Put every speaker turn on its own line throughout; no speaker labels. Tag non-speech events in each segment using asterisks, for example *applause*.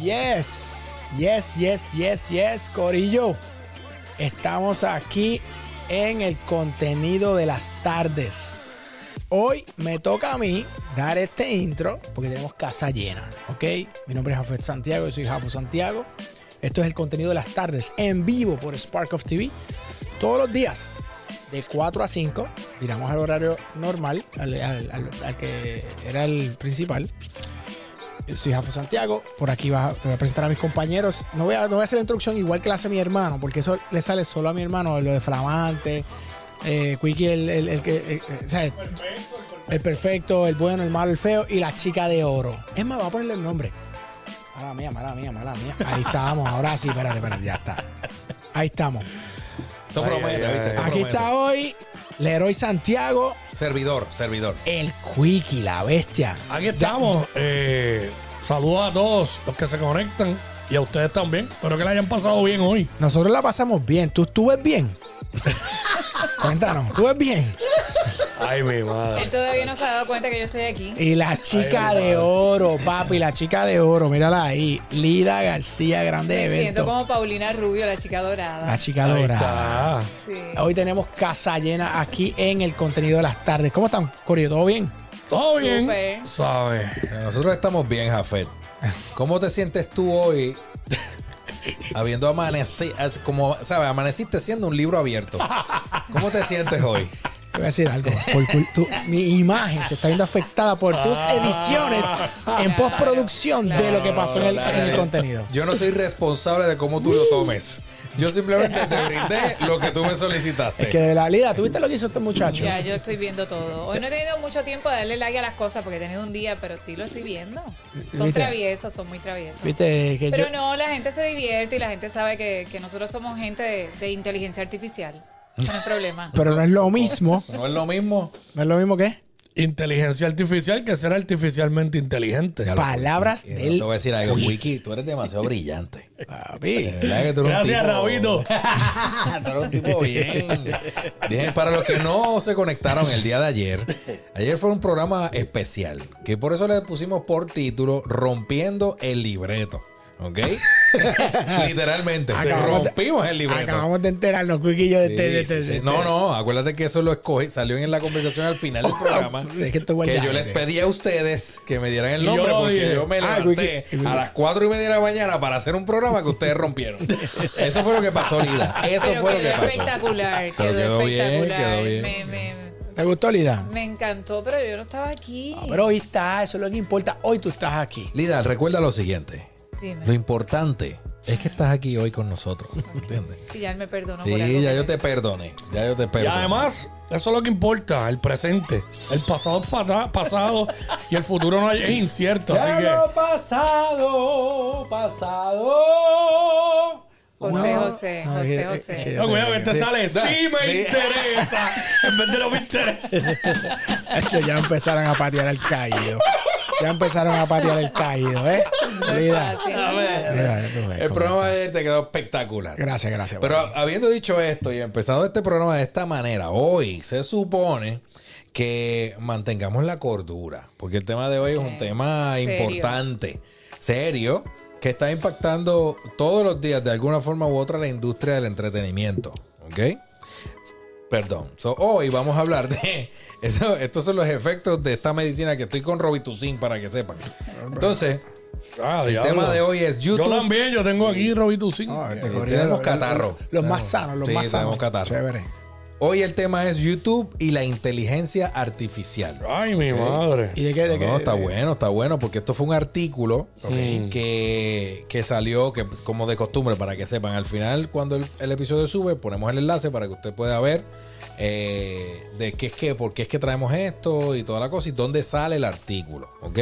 Yes, yes, yes, yes, yes, Corillo. Estamos aquí en el contenido de las tardes. Hoy me toca a mí dar este intro porque tenemos casa llena, ¿ok? Mi nombre es Jafet Santiago, yo soy Jafo Santiago. Esto es el contenido de las tardes en vivo por Spark of TV. Todos los días, de 4 a 5, tiramos al horario normal, al- al- al- al que era el principal. Yo soy Jafo Santiago. Por aquí va, te voy a presentar a mis compañeros. No voy a, no voy a hacer la introducción igual que la hace mi hermano, porque eso le sale solo a mi hermano, lo de Flamante, eh, Quickie, el, el- el que. eh, eh, ¿sabes? El perfecto, el bueno, el malo, el feo y la chica de oro. Es más, voy a ponerle el nombre. Mala mía, mala mía, mala mía. Ahí estamos, ahora sí, espérate, espérate, ya está. Ahí estamos.
Esto
Ay,
promete,
ay,
¿viste?
ay.
Esto
Aquí
promete.
está hoy Leroy Santiago,
Servidor, servidor.
el Quickie, la bestia.
Aquí
Ya-
estamos. Eh, saludos a todos los que se conectan y a ustedes también. Espero que la hayan pasado bien hoy.
Nosotros la pasamos bien. ¿Tú estuves
*laughs*
bien? Cuéntanos, ¿estuves bien?
Ay, mi
Él
madre.
todavía no se ha dado cuenta que yo estoy aquí.
Y la chica
Ay, mi
de
madre.
oro, papi, la chica de oro, mírala ahí. Lida García, grande
Me siento
evento.
como Paulina Rubio, la chica dorada.
Ah,
La chica
Ahí
dorada.
está.
Sí.
Hoy tenemos casa llena aquí en el contenido de las tardes. ¿Cómo están, Corio? ¿Todo bien?
Todo
Súper.
bien. ¿Sabes?
Nosotros estamos bien, Jafet. ¿Cómo te sientes
*laughs*
tú hoy? Habiendo amanecido, como sabes, amaneciste siendo un libro abierto. ¿Cómo te sientes hoy?
Te voy a decir algo. Por cul- tu- mi imagen se está viendo afectada por tus
Ah.
ediciones en
Claro,
postproducción de lo que pasó en Ah, el,
Claro,
en el
claro.
contenido.
Yo no soy responsable de cómo tú lo tomes. Yo simplemente te brindé lo que tú me solicitaste.
Es que de la Lida, ¿tuviste lo que hizo este muchacho?
Ya, yo estoy viendo todo. Hoy no he tenido mucho tiempo de darle like a las cosas porque he tenido un día, pero sí lo estoy viendo. Son
¿Viste?
traviesos, son muy traviesos.
¿Viste? Que
Pero
yo-
no, la gente se divierte y la gente sabe que, que nosotros somos gente de, de inteligencia artificial. Eso no es problema.
pero no es lo mismo.
¿No es lo mismo?
¿No es lo mismo que?
Inteligencia artificial que será artificialmente inteligente.
Ya lo-
Palabras
Eh,
del
Te voy a decir algo, Wiki. Tú eres demasiado brillante.
Papi.
De verdad que tú eres un
Gracias,
tipo-
Rabito.
Tú eres un tipo bien. Bien, Para los que no se conectaron el día de ayer, ayer fue un programa especial, que por eso le pusimos por título Rompiendo el libreto.
*laughs*
¿Ok? Literalmente.
Acabamos de-
rompimos el libreto.
Acabamos de enterarnos, Quique y yo, de
Sí,
este- de
sí,
este-
sí.
de-
No, no, acuérdate que eso lo escogí, salió en la conversación al final
*laughs*
del programa.
Ah, Es que esto guarda
que yo les
aire.
pedí a ustedes que me dieran el
Y yo
nombre
lo
porque
dije.
yo me
Ah,
levanté
Wiki-
a las cuatro y media de la mañana para hacer un programa que ustedes
*laughs*
rompieron. Eso fue lo que pasó, Lida. *laughs* Eso
pero
fue lo
quedó
que pasó.
espectacular,
Pero
quedó,
quedó bien,
espectacular.
quedó bien.
Me, me-
¿Te gustó, Lida?
me encantó, pero yo no estaba aquí.
Ah, pero hoy está, eso es lo que importa. Hoy tú estás aquí. *laughs*
Lida, recuerda lo siguiente.
Dime.
Lo importante es que estás aquí hoy con nosotros. ¿Entiendes?
Sí, ya él me perdonó por algo
Sí, ya
que-
yo te perdoné. Ya yo te
Y
perdoné.
además, eso es lo que importa, el presente. El pasado es fata- pasado y el futuro no es incierto.
Ya
Así que
lo pasado, pasado.
José, José,
No, es
José,
que- es que-
José.
No, cuidado, que te
Sí.
sale. Sí, me
Sí.
interesa. En vez de no me interesa.
Hecho, ya empezaron a patear el caído. Ya empezaron a patear el caído, ¿eh? Lida.
Así.
Lida, tú ves
El
cómo
programa
está.
de ayer te quedó espectacular.
Gracias, gracias.
Pero
papi.
habiendo dicho esto y empezando este programa de esta manera, hoy se supone que mantengamos la cordura, porque el tema de hoy es un
Ok.
tema
Serio.
importante, serio, que está impactando todos los días de alguna forma u otra la industria del entretenimiento. ¿Ok? Perdón. So, hoy vamos a hablar de. *laughs* eso- estos son los efectos de esta medicina que estoy con Robitussin para que sepan. Entonces,
Ah,
el tema de hoy es
Yo
YouTube.
también, yo tengo aquí Robitussin.
No, este
eh,
corrido,
tenemos
los-
catarro.
Los, los más
Tenemos-
sanos, los
sí,
más sanos.
tenemos catarro.
Chévere.
Hoy el tema es YouTube y la inteligencia artificial.
Ay, mi madre.
¿Y de qué?
No,
De qué
no, está
de-
bueno, está bueno, porque esto fue un artículo que, que salió, que pues, como de costumbre, para que sepan, al final cuando el, el episodio sube, ponemos el enlace para que usted pueda ver eh, de qué es que, por qué es que traemos esto y toda la cosa y dónde sale el artículo, ¿ok?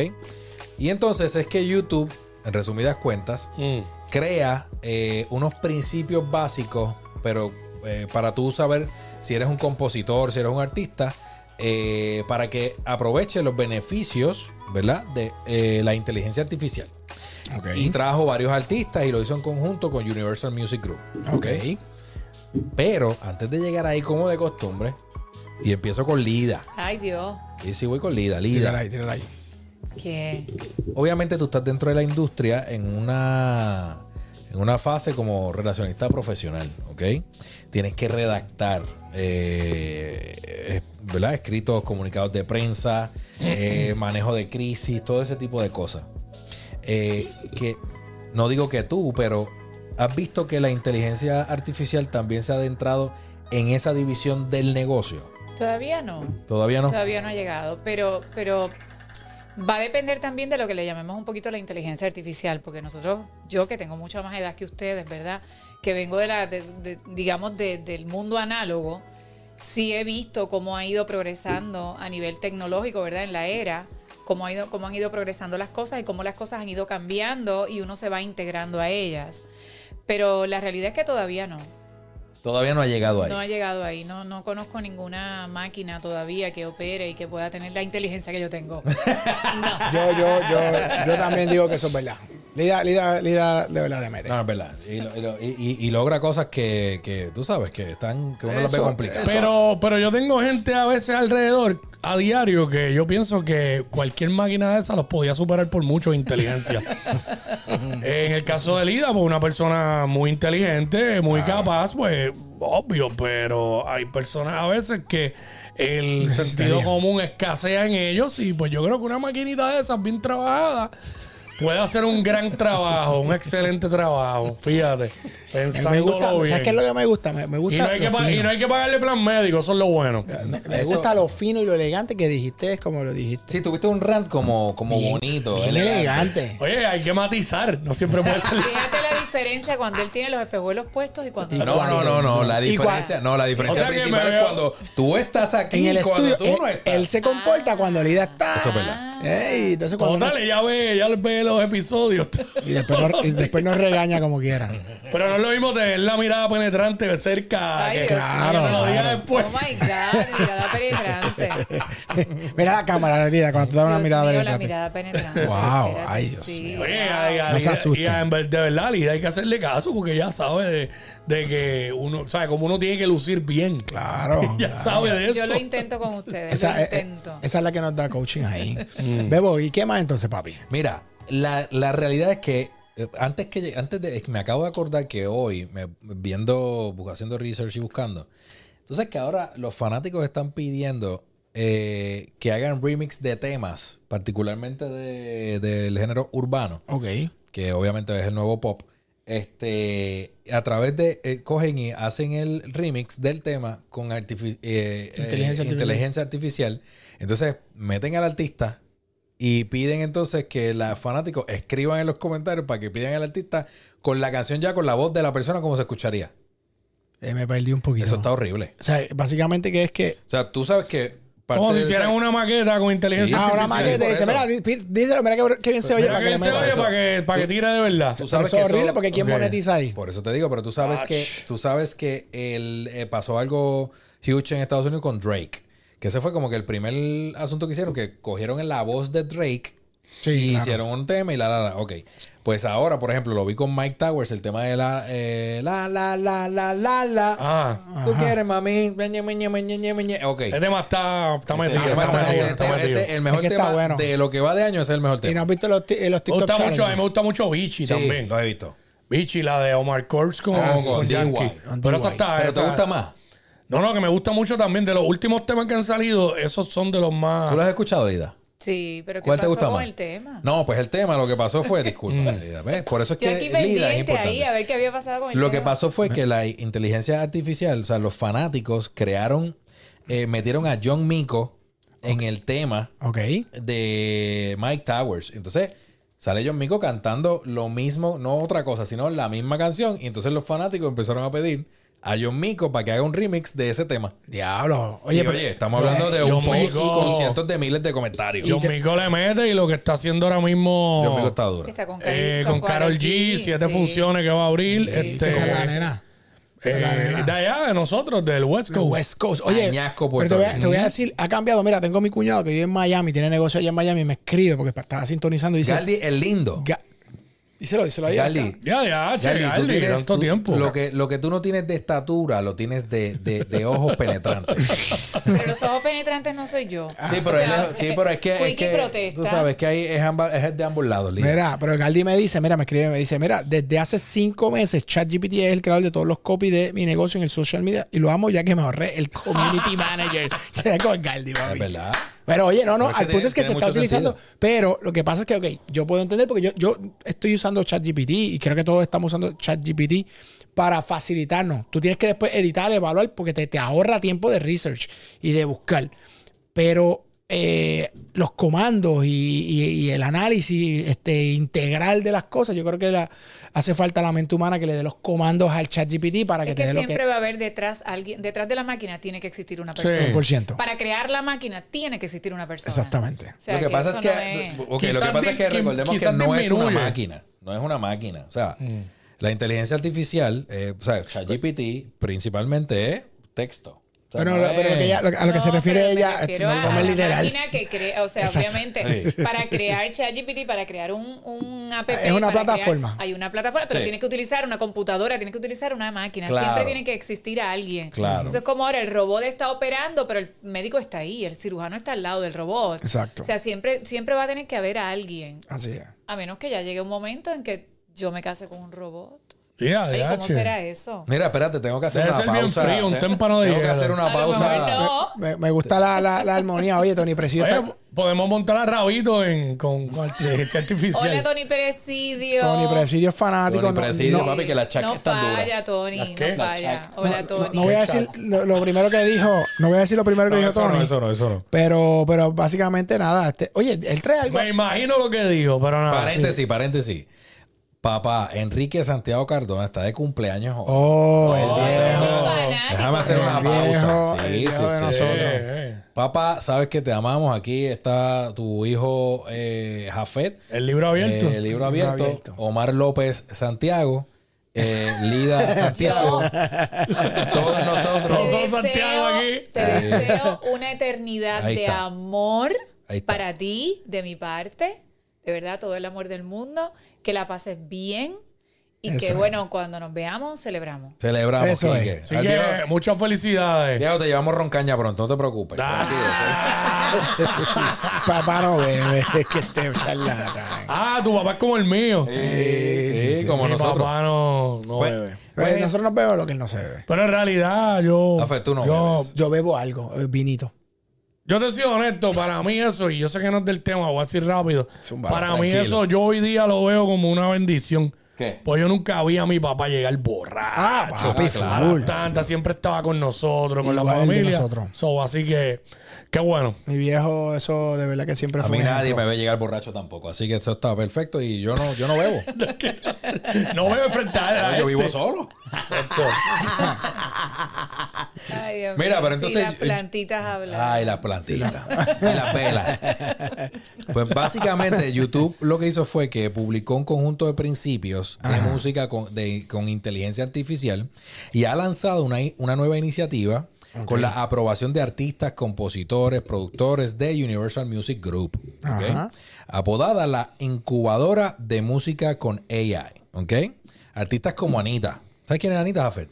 Y entonces es que YouTube, en resumidas cuentas,
Mm.
crea eh, unos principios básicos, pero eh, para tú saber si eres un compositor, si eres un artista, eh, para que aproveche los beneficios, ¿verdad? De eh, la inteligencia artificial.
Ok.
Y trajo varios artistas y lo hizo en conjunto con Universal Music Group.
Ok.
Pero antes de llegar ahí como de costumbre, y empiezo con Lida.
Ay, Dios.
Y si voy con Lida, Lida.
Tírala ahí, tírala ahí.
¿Qué?
Obviamente tú estás dentro de la industria en una, en una fase como relacionista profesional, ¿ok? Tienes que redactar, eh, eh, ¿verdad? Escritos, comunicados de prensa,
*clears throat*
eh, manejo de crisis, todo ese tipo de cosas. Eh, que no digo que tú, pero has visto que la inteligencia artificial también se ha adentrado en esa división del negocio.
Todavía no.
Todavía no.
Todavía no ha llegado, pero, pero va a depender también de lo que le llamemos un poquito la inteligencia artificial, porque nosotros, yo que tengo mucha más edad que ustedes, ¿verdad? Que vengo de la, de- de- digamos, de- del mundo análogo, sí he visto cómo ha ido progresando a nivel tecnológico, ¿verdad? En la era, cómo, ha ido, cómo han ido progresando las cosas y cómo las cosas han ido cambiando y uno se va integrando a ellas. Pero la realidad es que todavía no.
Todavía no ha llegado ahí.
No ha llegado ahí. No, no conozco ninguna máquina todavía que opere y que pueda tener la inteligencia que yo
*laughs*
tengo. No.
Yo, yo, yo, yo también digo que eso es verdad. Lida, Lida, Lida, de verdad, le mete.
No, es verdad. Y, lo- y lo- y- y- y logra cosas que, que tú sabes que están que uno las ve
Eso,
complicadas.
eso.
Pero, pero yo tengo gente a veces alrededor, a diario, que yo pienso que cualquier máquina de esas los podía superar por mucho
*laughs*
de inteligencia. en el caso de Lida, pues una persona muy inteligente, muy capaz, pues obvio, pero hay personas a veces que el sentido común escasea en ellos y pues yo creo que una maquinita de esas bien trabajada puede hacer un gran trabajo, un excelente trabajo, fíjate,
me gusta,
pensándolo bien.
¿Sabes qué es lo que me gusta? Me, me
Y
gusta.
no, hay que
lo
pa- y
fino.
no hay que pagarle plan médico, eso es lo bueno.
Me- me
Eso-
gusta lo fino y lo elegante que dijiste, es como lo dijiste.
Sí, tuviste un rant como, como
Bien-
bonito.
bien elegante.
Oye, hay que matizar, no siempre puede
*laughs*
ser. *laughs*
Fíjate la diferencia cuando él tiene los espejuelos puestos y cuando
Y
no.
No, no, no, no. La
Y cua-
diferencia, no, la diferencia
O sea que
principal
me
es
veo-
cuando tú estás aquí
En el
y cuando
estudio,
tú
él,
no estás.
él se comporta cuando Lida está.
Eso es verdad.
Ey, entonces cuando no-
Total, ya ve, ya ve los episodios.
y, después nos, y después nos regaña como quiera.
*laughs*
*laughs*
Pero no es lo mismo tener la mirada penetrante de cerca.
Ay,
que-
Dios
Claro,
que
mío.
lo diga
claro.
después.
Oh my God, mirada penetrante.
Mira la cámara, Lida, cuando tú das una
Dios
mirada.
mío,
ven,
la
espérate.
mirada penetrante.
Wow,
Espérate,
ay, Dios mío.
Oye, a- a-
No se
y-
asusten.
y a- en ver- de verdad, Lida, hay que hacerle caso porque ya sabe de, de que uno, sabe como uno tiene que lucir bien.
Claro.
*laughs* Ya sabe de eso.
Yo lo intento con ustedes,
Esa,
lo
eh, eh,
intento.
esa es la que nos da coaching ahí.
Mm.
Bebo, ¿y qué más entonces, papi?
Mira, la, la realidad es que eh, antes que lleg- antes de, me acabo de acordar que hoy, me, viendo, bu- haciendo research y buscando, tú sabes que ahora los fanáticos están pidiendo eh, que hagan remix de temas, particularmente de- del género urbano
Ok. eh,
que obviamente es el nuevo pop, este, a través de, eh, cogen y hacen el remix del tema con artifi- eh, eh,
Inteligencia artificial.
inteligencia artificial. Entonces meten al artista y piden entonces que los fanáticos escriban en los comentarios para que pidan al artista con la canción ya, con la voz de la persona como se escucharía.
Eh, me perdí un poquito.
Eso está horrible.
O sea, básicamente que es que
O sea, tú sabes que... parte
Como si
de-
hicieran una maqueta con inteligencia
Sí,
Ah, ahora
sí,
más
sí,
que te
sí, por
dice,
eso.
mira, di- pi- díselo, mira qué, qué bien se oye
Mira
para que
que
le
se
metas.
oye para que, para que tire de verdad.
Tú
Pero
sabes
eso es
que eso-
horrible porque ¿quién
ok.
monetiza ahí?
Por eso te digo, pero tú sabes que tú sabes que el, eh, pasó algo huge en Estados Unidos con Drake. Que ese fue como que el primer asunto que hicieron, que cogieron en la voz de Drake
Sí,
y
claro.
hicieron un tema y la, la, la. Ok. Pues ahora, por ejemplo, lo vi con Mike Towers, el tema de la, eh, la, la, la, la, la, la.
Ah,
¿Tú quieres, mami? Ñe, Ñe, Ñe, Ñe, Ñe, Ñe, Ñe. Ok.
este tema está, está
Ese
metido.
tema
Está,
está
está-
metido,
bueno,
ese
está
tema-
metido.
ese- el mejor
Es que está
tema
bueno.
de lo que va de año ese es el mejor
Y no
tema.
has visto los, ti- eh, los
Me
TikTok
gusta mucho, a mí
challenges.
me gusta mucho Bichi
Sí,
también.
lo he visto.
Bichi, la de Omar Courts con,
Ah, sí,
con
sí,
Yankee.
guay.
Pero esa
Guay.
está.
Ah, Pero te
esa-
gusta más.
No, no, que me gusta mucho también. De los últimos temas que han salido, esos son de los más.
Ah.
¿Tú lo has escuchado, Ida?
Sí, pero ¿qué
¿Cuál te
pasó
gusta
con
más?
el tema?
No, pues el tema, lo que pasó
*laughs*
fue, disculpa, Lida, ¿ves? Por eso es
Yo
que
aquí
Lida es
pendiente
importante.
ahí a ver qué había pasado con el
Lo que
tema.
pasó fue que la inteligencia artificial, o sea, los fanáticos crearon, eh, metieron a John Mico en el tema
Ok.
de Mike Towers. Entonces, sale John Mico cantando lo mismo, no otra cosa, sino la misma canción. Y entonces los fanáticos empezaron a pedir a John Mico para que haga un remix de ese tema.
Diablo.
Oye,
Oye, pero-
oye estamos hablando de
John
un post
Mico-
con cientos de miles de comentarios.
John Mico le mete y lo que está haciendo ahora mismo.
John Mico está duro.
Está con, Cari-
eh, con Carol G, siete
sí.
funciones que va a abrir.
Sí,
este,
Esa es la
eh,
nena. la nena.
de allá, de nosotros, del West Coast.
West Coast. Oye,
Añasco,
pero te,
Puerto
voy a,
Rico.
te voy a decir, ha cambiado. Mira, tengo a mi cuñado que vive en Miami, tiene negocio allá en Miami, y me escribe porque pa- estaba sintonizando y dice...
Galdi, el lindo.
Ga- Díselo, díselo ahí.
Gali,
acá.
Ya, ya, che,
Charlie, tú
Charlie,
tienes-
tanto
tú-
tiempo.
Lo que, lo que tú no tienes de estatura, lo tienes de, de- de ojos penetrantes.
Pero los ojos penetrantes no soy yo.
sí, pero
O sea,
él es- sí, pero es que, es
Quickie
que-
protesta.
tú sabes que ahí es, ambas- es de ambos lados, Lili.
Mira, pero Galdi me dice, mira, me escribe, me dice, mira, desde hace cinco meses ChatGPT es el creador de todos los copies de mi negocio en el social media y lo amo ya que me ahorré el community *laughs* manager. Ya con Galdi, papi.
Es verdad.
Pero oye, no, no,
Pero es que
al punto
tiene-
es que se
tiene
está
mucho
utilizando. Pero lo que pasa es que, ok, yo puedo entender porque yo, yo estoy usando ChatGPT y creo que todos estamos usando ChatGPT para facilitarnos. Tú tienes que después editar, evaluar, porque te, te ahorra tiempo de research y de buscar. Pero eh, los comandos y, y- y el análisis este, integral de las cosas, yo creo que la- hace falta la mente humana que le dé los comandos al ChatGPT para que
Es
te
que
dé lo que.
siempre va a haber detrás alguien, detrás de la máquina tiene que existir una
Sí.
persona.
100%.
Para crear la máquina tiene que existir una persona.
Exactamente.
O sea,
Lo que pasa es
eso
que,
no es-
ok, lo que
Quizás
pasa
di-
es que
qui-
recordemos que
quizás
no es una
disminuye.
máquina. No es una máquina. O sea, la inteligencia artificial, eh, o sea, ChatGPT principalmente es texto. O sea,
Pero,
no
lo- pero lo que
es-
ella- lo- a lo que se
No,
refiere
pero me
ella, es,
refiero
no,
a-
no
a
es
la
literal.
máquina que crea- o sea,
Exacto.
obviamente, para crear ChatGPT, para crear un, un app.
Es una
para
plataforma.
crear- hay una plataforma, pero
Sí.
tienes que utilizar una computadora, tienes que utilizar una máquina.
Claro.
Siempre tiene que existir alguien.
Claro.
Entonces, como ahora el robot está operando, pero el médico está ahí, el cirujano está al lado del robot.
Exacto.
O sea, siempre, siempre va a tener que haber a alguien.
Así es.
A menos que ya llegue un momento en que yo me case con un robot.
Ya,
Ay,
ya,
¿Cómo
che.
será eso?
Mira, espérate, tengo que hacer
Debe
una
ser bien
pausa.
frío, un
Te-
témpano de
Tengo que
hielo.
hacer una
A lo mejor
pausa.
no.
Me, me gusta la, la- la armonía. Oye, Tony Presidio
Oye,
está.
podemos montar a Rabito en, con, con inteligencia artificial.
Hola, Tony Presidio.
Tony Presidio es fanático.
Tony
no-
Presidio,
no,
papi, que la chaca
no
es tan dura.
falla,
¿La
Tony,
qué?
no
La
falla.
chaca.
Hola,
no- no-
Tony.
no voy a decir lo, lo primero que dijo. No voy a decir lo primero que
No,
dijo
eso
Tony.
no, eso no, eso no.
Pero, pero básicamente nada. este- oye, él trae algo.
Me imagino lo que digo, pero
Ah,
nada.
Paréntesis, paréntesis. Papá, Enrique Santiago Cardona está de cumpleaños hoy.
Oh, el
Oh, ese es
viejo.
un
viejo.
fanático.
Déjame hacer
el
una
viejo,
pausa.
el
Sí,
viejo
sí,
de
sí.
Sí,
nosotros.
eh.
Papá, sabes que te amamos. Aquí está tu hijo eh, Jafet.
El libro abierto.
Eh, libro abierto.
Libro abierto.
Omar López Santiago. eh,
*laughs*
Lida Santiago. Todos
Te
nosotros.
Todos. Son Santiago
deseo-
aquí.
Te
Sí.
deseo una eternidad
Ahí
de
está.
amor
Ahí está.
para ti, de mi parte. De verdad, todo el amor del mundo. Que la pases bien. Y
Eso
que,
es.
bueno, cuando nos veamos, celebramos.
Celebramos.
Eso es.
Quique.
Así
Al
que
viejo,
muchas felicidades.
viejo, te llevamos roncaña pronto, no te preocupes.
Ah.
pues.
Papá no bebe. *laughs* Es que este charlatán.
Ah, tu papá es como el mío.
Sí, sí,
Sí, sí,
como
Mi
nosotros.
papá no, no
Pues-
bebe.
Pues nosotros no bebemos lo que él no se bebe.
Pero en realidad yo...
Rafa, tú no
yo,
bebes.
Yo bebo algo, eh, vinito.
Yo te soy honesto, para mí eso, y yo sé que no es del tema, voy a decir rápido.
Zumba,
para
tranquilo.
mí eso, yo hoy día lo veo como una bendición.
¿Qué?
Pues yo nunca vi a mi papá llegar borracho.
Ah, papi,
a
full.
las tantas, siempre estaba con nosotros, con la
Igual de
familia.
nosotros.
So, así que, qué bueno.
Mi viejo, eso de verdad que siempre
A
fue.
mí
un
nadie
ejemplo.
me ve llegar borracho tampoco, así que eso está perfecto y yo no, yo no bebo.
No voy a enfrentar a
No, *laughs* yo vivo
este.
solo.
Exacto.
Ay, Dios
Mira,
mío,
pero
sí,
entonces-
las plantitas hablan.
Ay, las plantitas. Y las velas. Pues básicamente YouTube lo que hizo fue que publicó un conjunto de principios de música con, de- con inteligencia artificial y ha lanzado una, i- una nueva iniciativa con la aprobación de artistas, compositores, productores de Universal Music Group. ¿ok?
Ajá.
Apodada la incubadora de música con AI. ¿ok? Artistas como Anita. ¿Sabes quién es Anita, Jafet?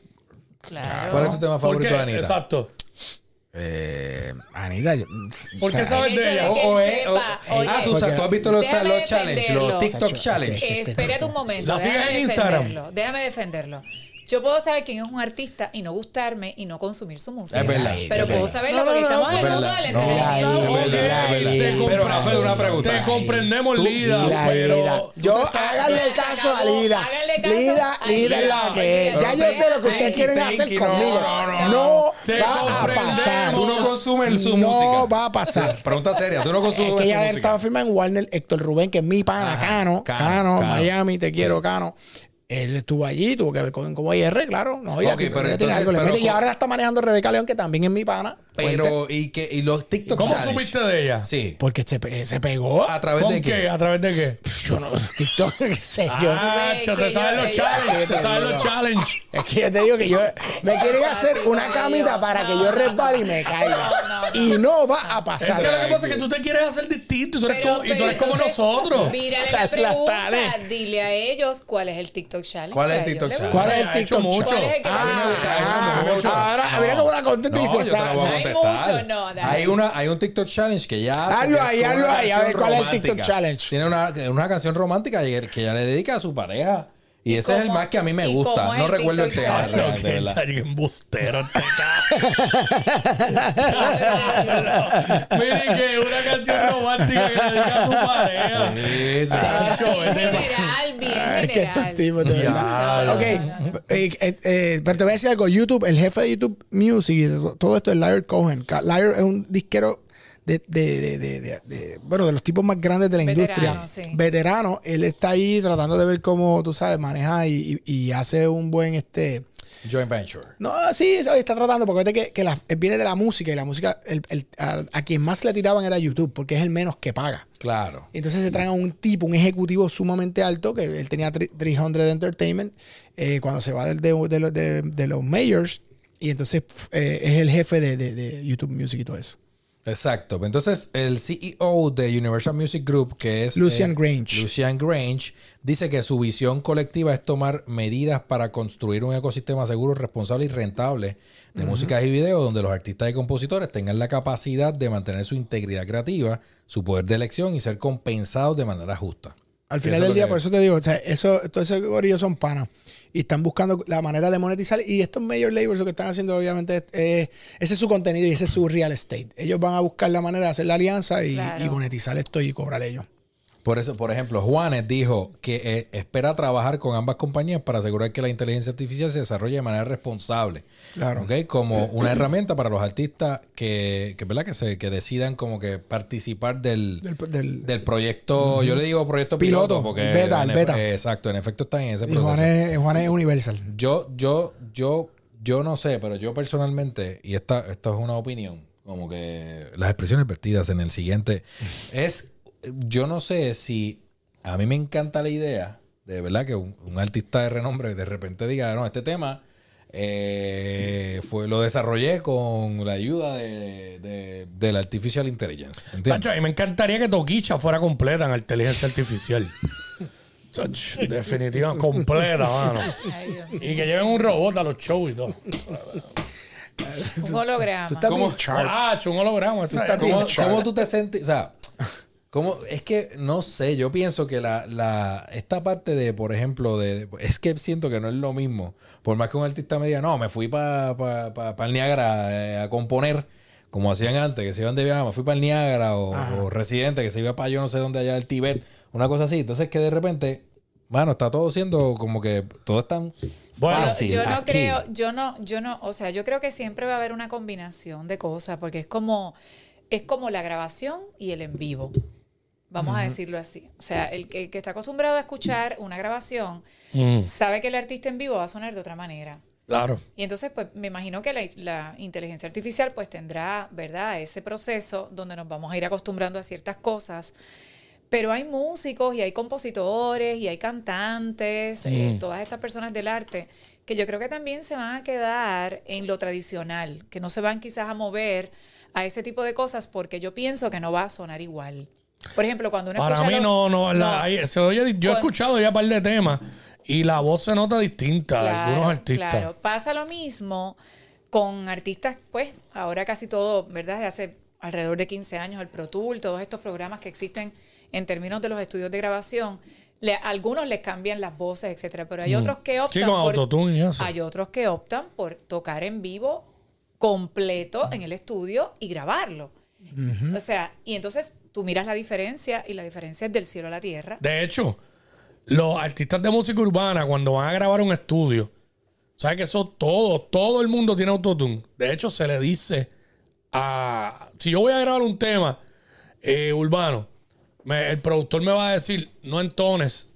Claro.
¿Cuál es tu tema
¿Por
favorito
qué?
de Anita?
Exacto.
Eh, Anita, yo- mm,
¿Por qué
Caray.
sabes
El
de
hecho
ella?
de que-
O
él
es-
Oh,
sepa,
o-
oye,
ah, tú, sabes, tú has visto los,
déjame
los challenge, los
defenderlo.
TikTok
Chacho,
challenge. *laughs*
ok.
Eh, espérate un momento.
La siguen
déjame
en Instagram.
defenderlo, Déjame defenderlo. Yo puedo saber quién es un artista y no gustarme y no consumir su música.
Es verdad, es
Pero puedo
verdad.
saberlo
No, no,
porque
no,
estamos
es
en el mundo
verdad.
del
No,
entretenimiento.
es
Ok,
verdad, es verdad.
te
Pero
comprendo.
Rafael, una pregunta.
Te comprendemos,
Tú-
Lida,
Lida,
pero...
Lida. Yo
Usted sabe-
háganle caso a
Hágalo,
Lida.
háganle caso
Lida,
a
Lida es la
Lida.
que es. Ya yo sé lo que ustedes
Thank
quieren
you, thank
hacer
you. No,
conmigo.
no,
no.
No
Te
va a
comprendemos.
pasar.
Tú no consumes su música.
No va a pasar.
Ah, Pregunta seria, tú no
Es
consumes
que
su
ya
música.
estaba firmado en Warner Héctor Rubén, que es mi pana,
Ajá,
Cano,
Cano,
Cano,
Cano.
Miami, te quiero, Cano. Él estuvo allí, tuvo que ver con, con IR, claro. No, y la
Ok,
tipa-
pero
ella tiene
entonces,
algo, le
pero
mete. y
con-
ahora la está manejando Rebeca León, que también es mi pana. Fuerte.
Pero, ¿y, que, ¿y los TikTok
¿Cómo
challenge?
supiste de ella?
Sí.
Porque se, pe- se pegó.
¿A través
¿Con
de
qué?
qué?
¿A través de qué?
Pues Yo no, TikTok, *laughs* qué sé yo.
Ah,
Ve,
cho,
que
te
yo-
saben los
que yo-
challenge, te saben los challenge.
Es que yo te digo que yo me quieren hacer
Santo
una camita
Dios.
para que yo resbale y me caiga.
No, no,
y no va a
Es que
pasar.
lo que pasa es que tú te quieres hacer distinto y tú eres,
Pero-
como, y tú
pero
eres como
entonces, *laughs*
nosotros. *laughs*
Mírale
O sea,
la
las
pregunta.
tareas.
Dile a ellos cuál es el TikTok Challenge.
¿Cuál es
que
el
a
TikTok
ellos les gusta.
¿Cuál es
Ha
el
hecho
TikTok?
mucho.
¿Cuál es el que
Ah,
más
me
les
gusta,
gusta?
ha hecho
ah,
me gusta.
ahora,
No.
mira cómo la contenta y
No,
dice,
yo te la voy a
"Sabe,
Hay
contestar.
mucho, no, dale.
hay, una, hay un TikTok challenge que ya. se
Hazlo ahí,
creó
hazlo
una
ahí, a ver,
canción
¿cuál es el
romántica.
TikTok challenge?
Tiene una, una canción romántica y el que ya le dedica a su pareja. Y,
¿Y
ese es el
cómo-
más que a mí me
y
gusta.
cómo es
No
el
recuerdo el
TikTok
tema.
challenge?
realmente,
que
de
*laughs*
verdad.
chayo, qué embustero este
Ay,
cabrón. *laughs* Mire que una canción romántica que le dedica a su pareja.
Sí, sí.
*laughs* Chacho,
Bien
vete, *laughs*
general, bien general.
Ay, Ah, que estos tipos de
Ya,
verdad.
ya,
Ok,
ya,
eh, eh, eh, pero te voy a decir algo. YouTube, el jefe de YouTube Music y to- todo esto es Lyre Cohen. Ca- Lyre es un disquero de, de- de- de- de- de- bueno, de los tipos más grandes de la
Veterano,
industria.
sí.
Veterano, él está ahí tratando de ver cómo, tú sabes, maneja y, y- y hace un buen este.
Joint Venture.
No, sí, está tratando, porque vete que, que la- él viene de la música y la música, el- el- a, a quien más le tiraban era YouTube, porque es el menos que paga.
Claro.
Entonces se traen a un tipo, un ejecutivo sumamente alto, que él tenía tri- 300 Entertainment, eh, cuando se va del- de, de los- de- de los mayors, y entonces pf, eh, es el jefe de, de- de YouTube Music y todo eso.
Exacto. Entonces, el CEO de Universal Music Group, que es eh,
Lucian Grange.
Lucian Grange, dice que su visión colectiva es tomar medidas para construir un ecosistema seguro, responsable y rentable de música y video, donde los artistas y compositores tengan la capacidad de mantener su integridad creativa, su poder de elección y ser compensados de manera justa.
Al
Que
final
eso
del
es lo
día,
que-
por eso te digo, o sea, eso, todos esos gorillos son panas. Y están buscando la manera de monetizar. Y estos major labels lo que están haciendo, obviamente, es- es- ese es su contenido y ese es su real estate. Ellos van a buscar la manera de hacer la alianza y,
Claro.
y monetizar esto y cobrar ellos.
Por eso, por ejemplo, Juanes dijo que eh, espera trabajar con ambas compañías para asegurar que la inteligencia artificial se desarrolle de manera responsable.
Claro.
¿Ok? Como una herramienta para los artistas que, que, ¿verdad? que, se, que decidan como que participar del,
Del- del-
del proyecto, yo le digo proyecto piloto,
Piloto,
porque
el beta,
en
el
efe-
beta.
eh, exacto, en efecto están en ese
Y
proceso.
Juan es, Juan es Universal.
Yo, yo, yo, yo no sé, pero yo personalmente, y esta, esta es una opinión, como que las expresiones vertidas en el siguiente, es, yo no sé si a mí me encanta la idea, de verdad, que un, un artista de renombre de repente diga, no, este tema eh, fue, lo desarrollé con la ayuda de, de, de la Artificial Intelligence. ¿entiendes?
Chacho, y me encantaría que Toquicha fuera completa en la inteligencia artificial. Chacho, definitiva, completa, mano.
Dios.
Y que lleven un robot a los shows y todo. *laughs*
Un holograma.
Tú estás
¿Cómo?
bien sharp.
Ah, chacho, un holograma. esa-
estás
¿Cómo,
Bien,
cómo
Charlotte.
tú te sentís? O sea, ¿cómo? es que no sé, yo pienso que la, la- esta parte de, por ejemplo, de, es que siento que no es lo mismo. Por más que un artista me diga, no, me fui para pa, pa- pa el Niágara eh, a componer, como hacían antes, que se iban de viaje, "Ah, me fui para el Niágara o, o residente, que se iba para yo no sé dónde allá, el Tibet, una cosa así. Entonces que de repente, mano, está todo siendo como que todo es tan
Bueno,
Yo-
fácil
yo no
aquí.
creo, yo no, yo no, o sea, yo creo que siempre va a haber una combinación de cosas, porque es como, es como la grabación y el en vivo. Vamos a decirlo así. O sea, el, que- el que está acostumbrado a escuchar una grabación
Mm,
sabe que el artista en vivo va a sonar de otra manera.
claro.
Y entonces, pues me imagino que la, la inteligencia artificial pues tendrá, ¿verdad?, ese proceso donde nos vamos a ir acostumbrando a ciertas cosas. Pero hay músicos y hay compositores y hay cantantes, eh,
Mm.
todas estas personas del arte, que yo creo que también se van a quedar en lo tradicional, que no se van quizás a mover a ese tipo de cosas porque yo pienso que no va a sonar igual. Por ejemplo, cuando uno
Para
escucha
mí
los-
no, no. la-
No. Pues-
ahí- se oye- yo he
Con-
escuchado ya un par de temas y la voz se nota distinta de algunos artistas.
claro. Pasa lo mismo con artistas, pues, ahora casi todo, ¿verdad? De hace alrededor de 15 años, el Pro Tool, todos estos programas que existen en términos de los estudios de grabación. Le- algunos les cambian las voces, etcétera, pero hay otros que optan
Mm. Sí, con autotune y eso.
hay otros que optan por tocar en vivo completo en el estudio y grabarlo. O sea, y entonces tú miras la diferencia y la diferencia es del cielo a la tierra.
De hecho, los artistas de música urbana, cuando van a grabar un estudio, ¿sabes que eso todo, todo el mundo tiene autotune? De hecho, se le dice a. Si yo voy a grabar un tema eh, urbano, me- el productor me va a decir, no entones.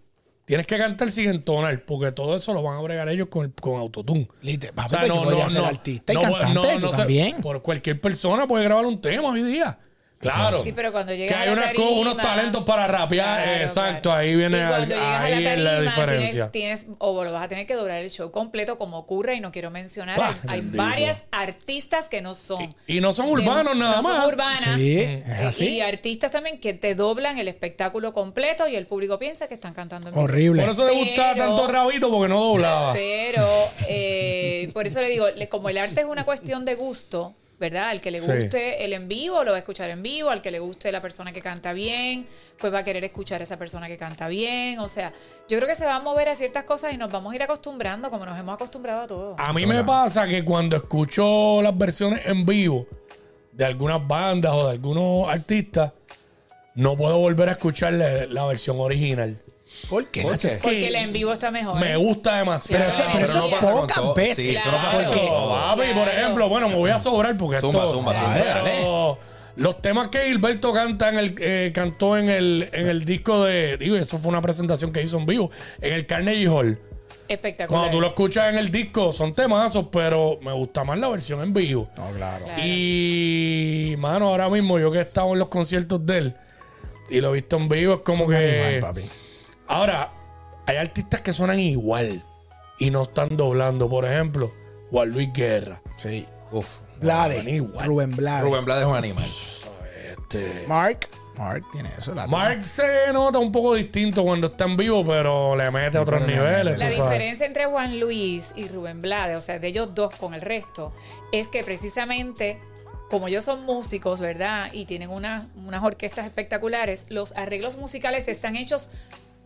Tienes que cantar sin entonar, porque todo eso lo van a bregar ellos con, el- con autotune.
Lite- papi,
O sea,
pero yo Ah, podría ser artista y
no,
cantante,
no,
tú
no sé,
también.
por cualquier persona puede grabar un tema hoy día. Claro.
Sí, pero cuando llegas
que
a
hay
la
unas co-
tarima-
unos talentos para rapear.
Claro,
exacto,
claro.
ahí viene
Y
al-
cuando llegas a
ahí es la
tarima,
diferencia.
Tienes, tienes- o lo vas a tener que doblar el show completo, como ocurre, y no quiero mencionar.
Bah,
hay
bendito.
varias artistas que no son.
Y- y no son urbanos
De-
nada
no
más.
Son urbanas.
Sí,
Eh,
es así.
Y artistas también que te doblan el espectáculo completo y el público piensa que están cantando en vivo.
Horrible.
Por eso le gustaba
Pero-
tanto Rabito porque no doblaba.
Pero eh, por eso le digo, le- como el arte es una cuestión de gusto, ¿verdad? Al que le
Sí.
guste el en vivo, lo va a escuchar en vivo, al que le guste la persona que canta bien, pues va a querer escuchar a esa persona que canta bien. O sea, yo creo que se va a mover a ciertas cosas y nos vamos a ir acostumbrando, como nos hemos acostumbrado a todo.
A mí me pasa que cuando escucho las versiones en vivo de algunas bandas o de algunos artistas, no puedo volver a escuchar la, la versión original.
¿Por qué?
¿Por qué?
Porque el en vivo está mejor.
Me gusta demasiado.
Pero eso,
Claro.
pero eso
Pero no pasa con
pocas
todo.
veces.
Sí, eso
no pasa con
Porque-
todo.
Oh, Papi, por
Claro.
ejemplo, bueno, me voy a sobrar porque
Zumba,
esto...
zumba, zumba.
Dale,
Pero Los temas que Gilberto canta en el, eh, cantó en el, en el disco de... Digo, eso fue una presentación que hizo en vivo, en el Carnegie Hall.
Espectacular.
Cuando tú lo escuchas en el disco, son temazos, pero me gusta más la versión en vivo.
No, claro.
Claro.
Y, mano, ahora mismo yo que he estado en los conciertos de él y lo he visto en vivo, es
Es
como
un
que.
animal, papi.
Ahora, hay artistas que suenan igual y no están doblando. Por ejemplo, Juan Luis Guerra.
Sí. Uf.
Blades.
Son igual.
Rubén Blades.
Rubén Blades es un animal.
Este,
Mark. Mark tiene eso. La
Mark se nota un poco distinto cuando está en vivo, pero le mete a otros niveles.
La
tú sabes.
diferencia entre Juan Luis y Rubén Blades, o sea, de ellos dos con el resto, es que precisamente, como ellos son músicos, ¿verdad? Y tienen una- unas orquestas espectaculares, los arreglos musicales están hechos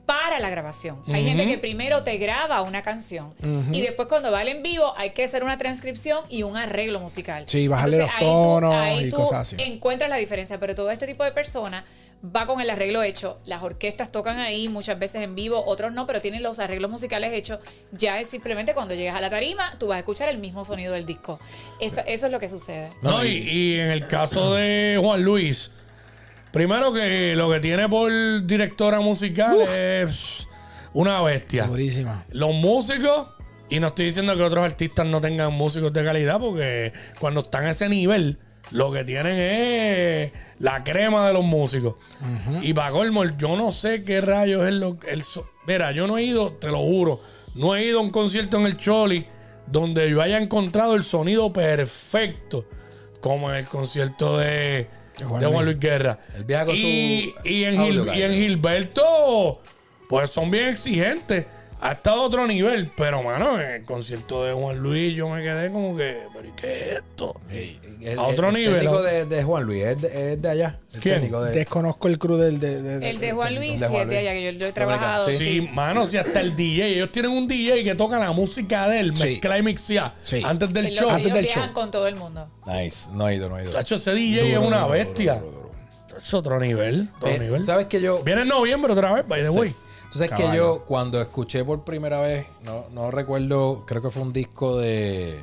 para la grabación. Hay gente que primero te graba una canción y después cuando va al en vivo hay que hacer una transcripción y un arreglo musical.
Sí, bajarle los
ahí tú-
tonos
ahí
y
tú
cosas así.
encuentras la diferencia, pero todo este tipo de personas va con el arreglo hecho. Las orquestas tocan ahí muchas veces en vivo, otros no, pero tienen los arreglos musicales hechos. Ya es simplemente cuando llegas a la tarima, tú vas a escuchar el mismo sonido del disco. Eso, eso es lo que sucede.
No, y, y en el caso de Juan Luis, primero que lo que tiene por directora musical es una bestia.
Durísima.
Los músicos, y no estoy diciendo que otros artistas no tengan músicos de calidad, porque cuando están a ese nivel, lo que tienen es la crema de los músicos. Y para colmo, yo no sé qué rayos es lo que... el so- Mira, yo no he ido, te lo juro, no he ido a un concierto en el Choli donde yo haya encontrado el sonido perfecto, como en el concierto de, de
Juan
Juan, Luis Guerra.
Él viaja con
y,
su
y en Gil-
audio guide.
y en Gilberto, pues son bien exigentes. Ha estado a otro nivel, pero mano, en el concierto de Juan Luis yo me quedé como que, ¿pero ¿y qué es esto?
El-
A otro
el
nivel,
técnico
¿no?
de, de Juan Luis, es de, es de allá. El
¿Quién?
técnico de-
Desconozco el crew del de, de-
El de Juan Luis,
de
y
Juan
el de
Luis.
allá, que yo lo he
Dominicano.
trabajado.
Sí,
sí.
mano, si hasta el DJ, ellos tienen un DJ que toca la música de él,
Sí.
mezcla y mixea
Sí.
antes del
Ellos,
show.
Antes
ellos
del
viajan
show.
con todo el mundo.
Nice. No ha ido, no ha ido.
Tacho, ese DJ es una bestia. Es otro nivel, otro
Eh,
nivel.
¿Sabes que yo
Viene en noviembre otra vez, by the way.
Tú sabes que
Caballo.
yo cuando escuché por primera vez, no, no recuerdo, creo que fue un disco de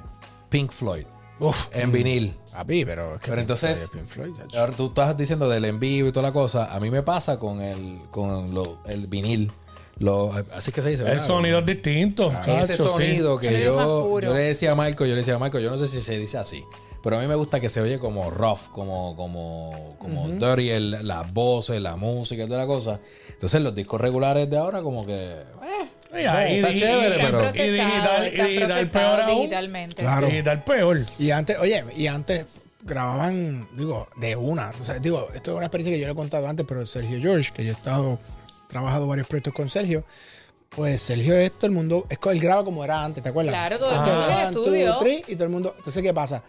Pink Floyd
Uf.
Mm.
en vinil.
Papi, pero es que
Pero entonces,
Pink Floyd, Pink Floyd, chacho.
ahora tú estás diciendo del en vivo y toda la cosa, a mí me pasa con el, con lo- el vinil. Lo, así es que se dice.
El
¿verdad?
sonido es distinto.
Ese
tacho, Ah, sí.
sonido
Se
que
oye más
yo,
puro.
yo le decía a Marco, yo le decía a Marco, yo no sé si se dice así, pero a mí me gusta que se oye como rough, como, como, como dirty, el- las voces, la música y toda la cosa. Entonces los discos regulares de ahora como que... eh,
Y ahí
está
digi-
chévere,
están
Están
pero...
procesados. y digital-
procesados,
y
están
digital
procesados
peor aún.
digitalmente.
Claro.
Sí, tal Eh, peor.
Y antes, oye, y antes grababan, digo, de una. O sea, digo, esto es una experiencia que yo le he contado antes, pero Sergio George, que yo he estado trabajado varios proyectos con Sergio, pues Sergio es todo el mundo, es, co- él graba como era antes, ¿te acuerdas?
Claro, todo el
Entonces,
mundo en el
graban, two,
estudio.
three, y todo el mundo, entonces, ¿qué pasa?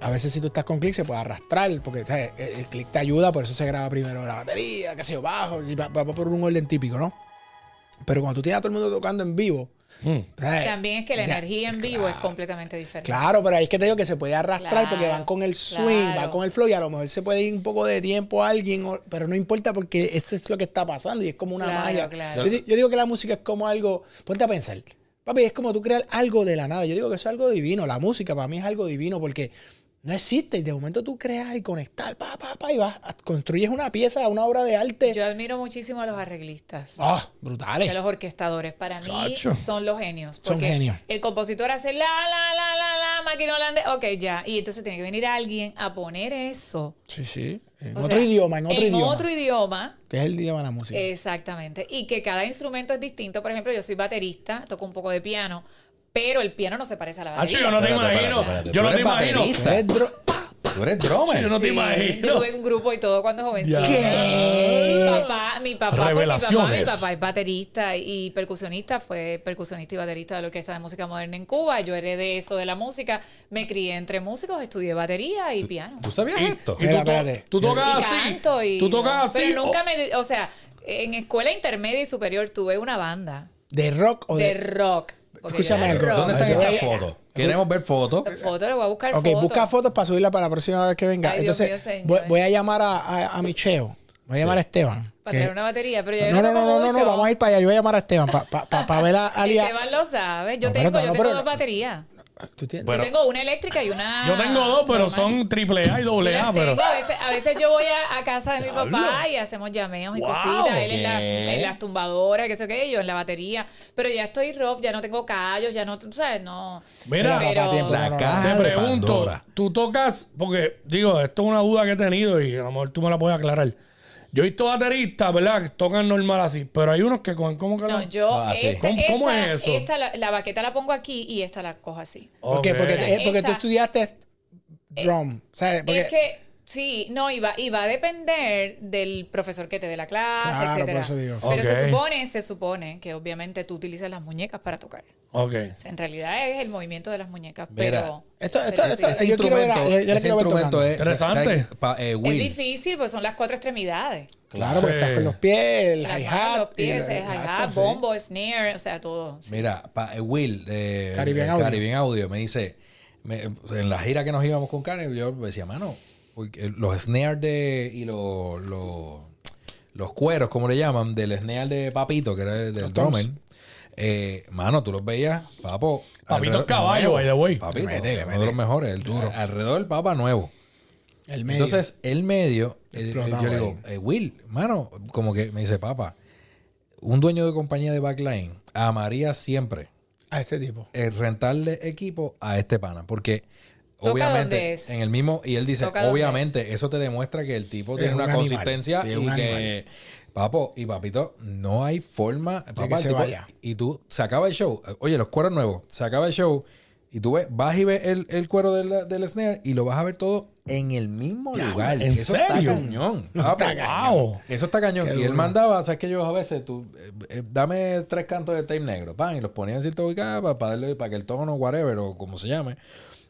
A veces si tú estás con clic se puede arrastrar, porque ¿sabes? El, el clic te ayuda, por eso se graba primero la batería, qué sé yo, bajo, y va, va- va por un orden típico, ¿no? Pero cuando tú tienes a todo el mundo tocando en vivo, ¿sabes?
También es que la
Ya,
energía en vivo es completamente diferente.
Claro, pero ahí es que te digo que se puede arrastrar
Claro,
porque van con el swing,
claro.
van con el flow y a lo mejor se puede ir un poco de tiempo a alguien, o- pero no importa porque eso es lo que está pasando y es como una
Claro,
magia.
claro.
Yo, di- yo digo que la música es como algo, ponte a pensar, papi, es como tú crear algo de la nada. Yo digo que eso es algo divino, la música para mí es algo divino porque No existe. Y de momento tú creas y conectar, pa, pa, pa, y vas, construyes una pieza, una obra de arte.
Yo admiro muchísimo a los arreglistas.
¡Ah!
y
brutales.
A los orquestadores, para mí
Chacho.
son los genios.
Son
porque
genios.
El compositor hace la, la, la, la, la, máquina holandés. Ok, ya. Y entonces tiene que venir alguien a poner eso.
Sí, sí. En
O
otro
sea,
idioma, en otro idioma.
otro Eh, idioma,
Que es el idioma de la música.
Exactamente. Y que cada instrumento es distinto. Por ejemplo, yo soy baterista, toco un poco de piano, pero el piano no se parece a la
Ah,
Acho,
batería.
yo no te
Espérate,
imagino.
espérate, espérate.
Yo no
Tú
te
eres
imagino.
baterista.
Tú eres dro-
Tú eres
Sí,
drummer.
yo no te
Sí,
imagino.
Yo tuve un grupo y todo cuando jovencita.
Ya.
¿Qué?
Mi papá, mi papá, por mi papá, mi
Revelaciones.
papá es baterista y percusionista, fue percusionista y baterista de la Orquesta de Música Moderna en Cuba. Yo heredé eso de la música, me crié entre músicos, estudié batería y piano.
¿Tú sabías esto?
Y tú,
Espera,
to-
espérate.
tú
Y
tocas así.
canto y
tú tocas así. Oh.
pero nunca
o-
me, di- o sea, en escuela intermedia y superior tuve una banda
¿De rock o de.?
de rock. porque
Escúchame
yo era
algo,
rock.
¿Dónde están
Yo voy
estas
a-
fotos? Queremos ver fotos.
Foto, le voy a buscar
ok,
foto.
busca fotos para subirla para la próxima vez que venga.
Ay, Dios
Entonces,
mío, señor.
voy, voy a llamar a, a, a Micheo. Voy a llamar a Esteban.
Para
que-
traer una batería, pero ya yo
No, no, no,
toco
no, no, no,
mucho.
vamos a ir para allá. Yo voy a llamar a Esteban para ver
*laughs*
a Alia.
Esteban lo sabe. Yo
No, pero
tengo,
no,
yo
no,
tengo
pero-
dos baterías.
¿Tú tienes-
Bueno.
yo tengo una eléctrica y una.
Oh, Yo tengo dos, pero
normal.
son triple A y
Yo
doble
las
A. Pero
tengo, a, veces, a veces yo voy a, a casa de mi
Diablo.
papá y hacemos llameos y
Wow.
cositas. Él en, la-
¿Qué?
en las tumbadoras, qué sé qué, yo en la batería. Pero ya estoy rough, ya no tengo callos, ya no, tú ¿sabes? No.
Mira,
Mira, papá, tiempo.
La
No, no, no.
caja
te
de
pregunto,
Pandora.
tú tocas, porque digo, esto es una duda que he tenido y a lo mejor tú me la puedes aclarar. Yo he visto bateristas, ¿verdad? Que tocan normal así, pero hay unos que con ¿cómo que
No,
la-
yo.
Ah, sí.
esta-
¿Cómo- cómo
esta-
es eso?
esta la, la baqueta la pongo aquí y esta la cojo así.
¿Por qué?
Ok.
Porque, eh, porque tú
Esta- Eh,
estudiaste drum. ¿Sabes? Porque,
Es que sí, no, y va, y va a depender del profesor que te dé la clase,
Claro,
etcétera.
por eso digo, sí.
Pero se
Ok.
supone, se supone que obviamente tú utilizas las muñecas para tocar.
Ok.
O sea, en realidad es el movimiento de las muñecas,
Mira,
pero
esto, esto,
pero
esto,
sí.
Ese
yo quiero ver, a- yo- yo,
instrumento,
la
ese
quiero ver
instrumento
tocando.
es
Interesante.
¿sabes qué? Pa- eh,
es
Will.
difícil, pues son las cuatro extremidades.
Claro, porque
Sí.
estás con los pies, el
Las manos,
hi-hat.
los pies,
y la-
el hi-hat,
hacha, sí.
bombo, snare, o sea, todo.
Mira, pa- eh, Will, eh,
Caribbean
eh,
Audio.
Caribbean Audio, me dice, me- en la gira que nos íbamos con Karen, yo me decía, mano, porque eh, los snares de, y los, los, los cueros, como le llaman, del snare de Papito, que era el del
Los toms.
drummer, eh, mano, tú los veías, papo.
Papito
alrededor-
es caballo,
nuevo.
by the way.
Papito,
Le mete, le
uno
mete.
de los mejores, el duro. Alrededor del papa nuevo.
El medio.
Entonces, el medio, el- el-
Explotado
yo le digo, eh, Will, mano, como que me dice, papá, un dueño de compañía de backline amaría siempre
a este tipo.
el rentarle equipo a este pana, porque
Toca donde
obviamente
es.
en el mismo, y él dice,
Toca donde
obviamente, eso te demuestra que el tipo
Es
tiene
un
una
animal.
consistencia
Sí, es
y
un
que, papo, y papito, no hay forma, papá,
que
el
se
tipo-
vaya.
y tú, se acaba el show, oye, los cueros nuevos, se acaba el show, y tú ves, vas y ves el, el cuero del, del snare y lo vas a ver todo en el mismo lugar.
¿en
eso
serio?
está cañón.
Ah,
papo.
Está cañón.
Eso está cañón.
Qué
y él
duro.
mandaba, ¿sabes que Yo a veces, tú, eh, eh, dame tres cantos de tape negro, pan, y los ponía en cierta ubicada para, darle, para que el tono, whatever, o como se llame,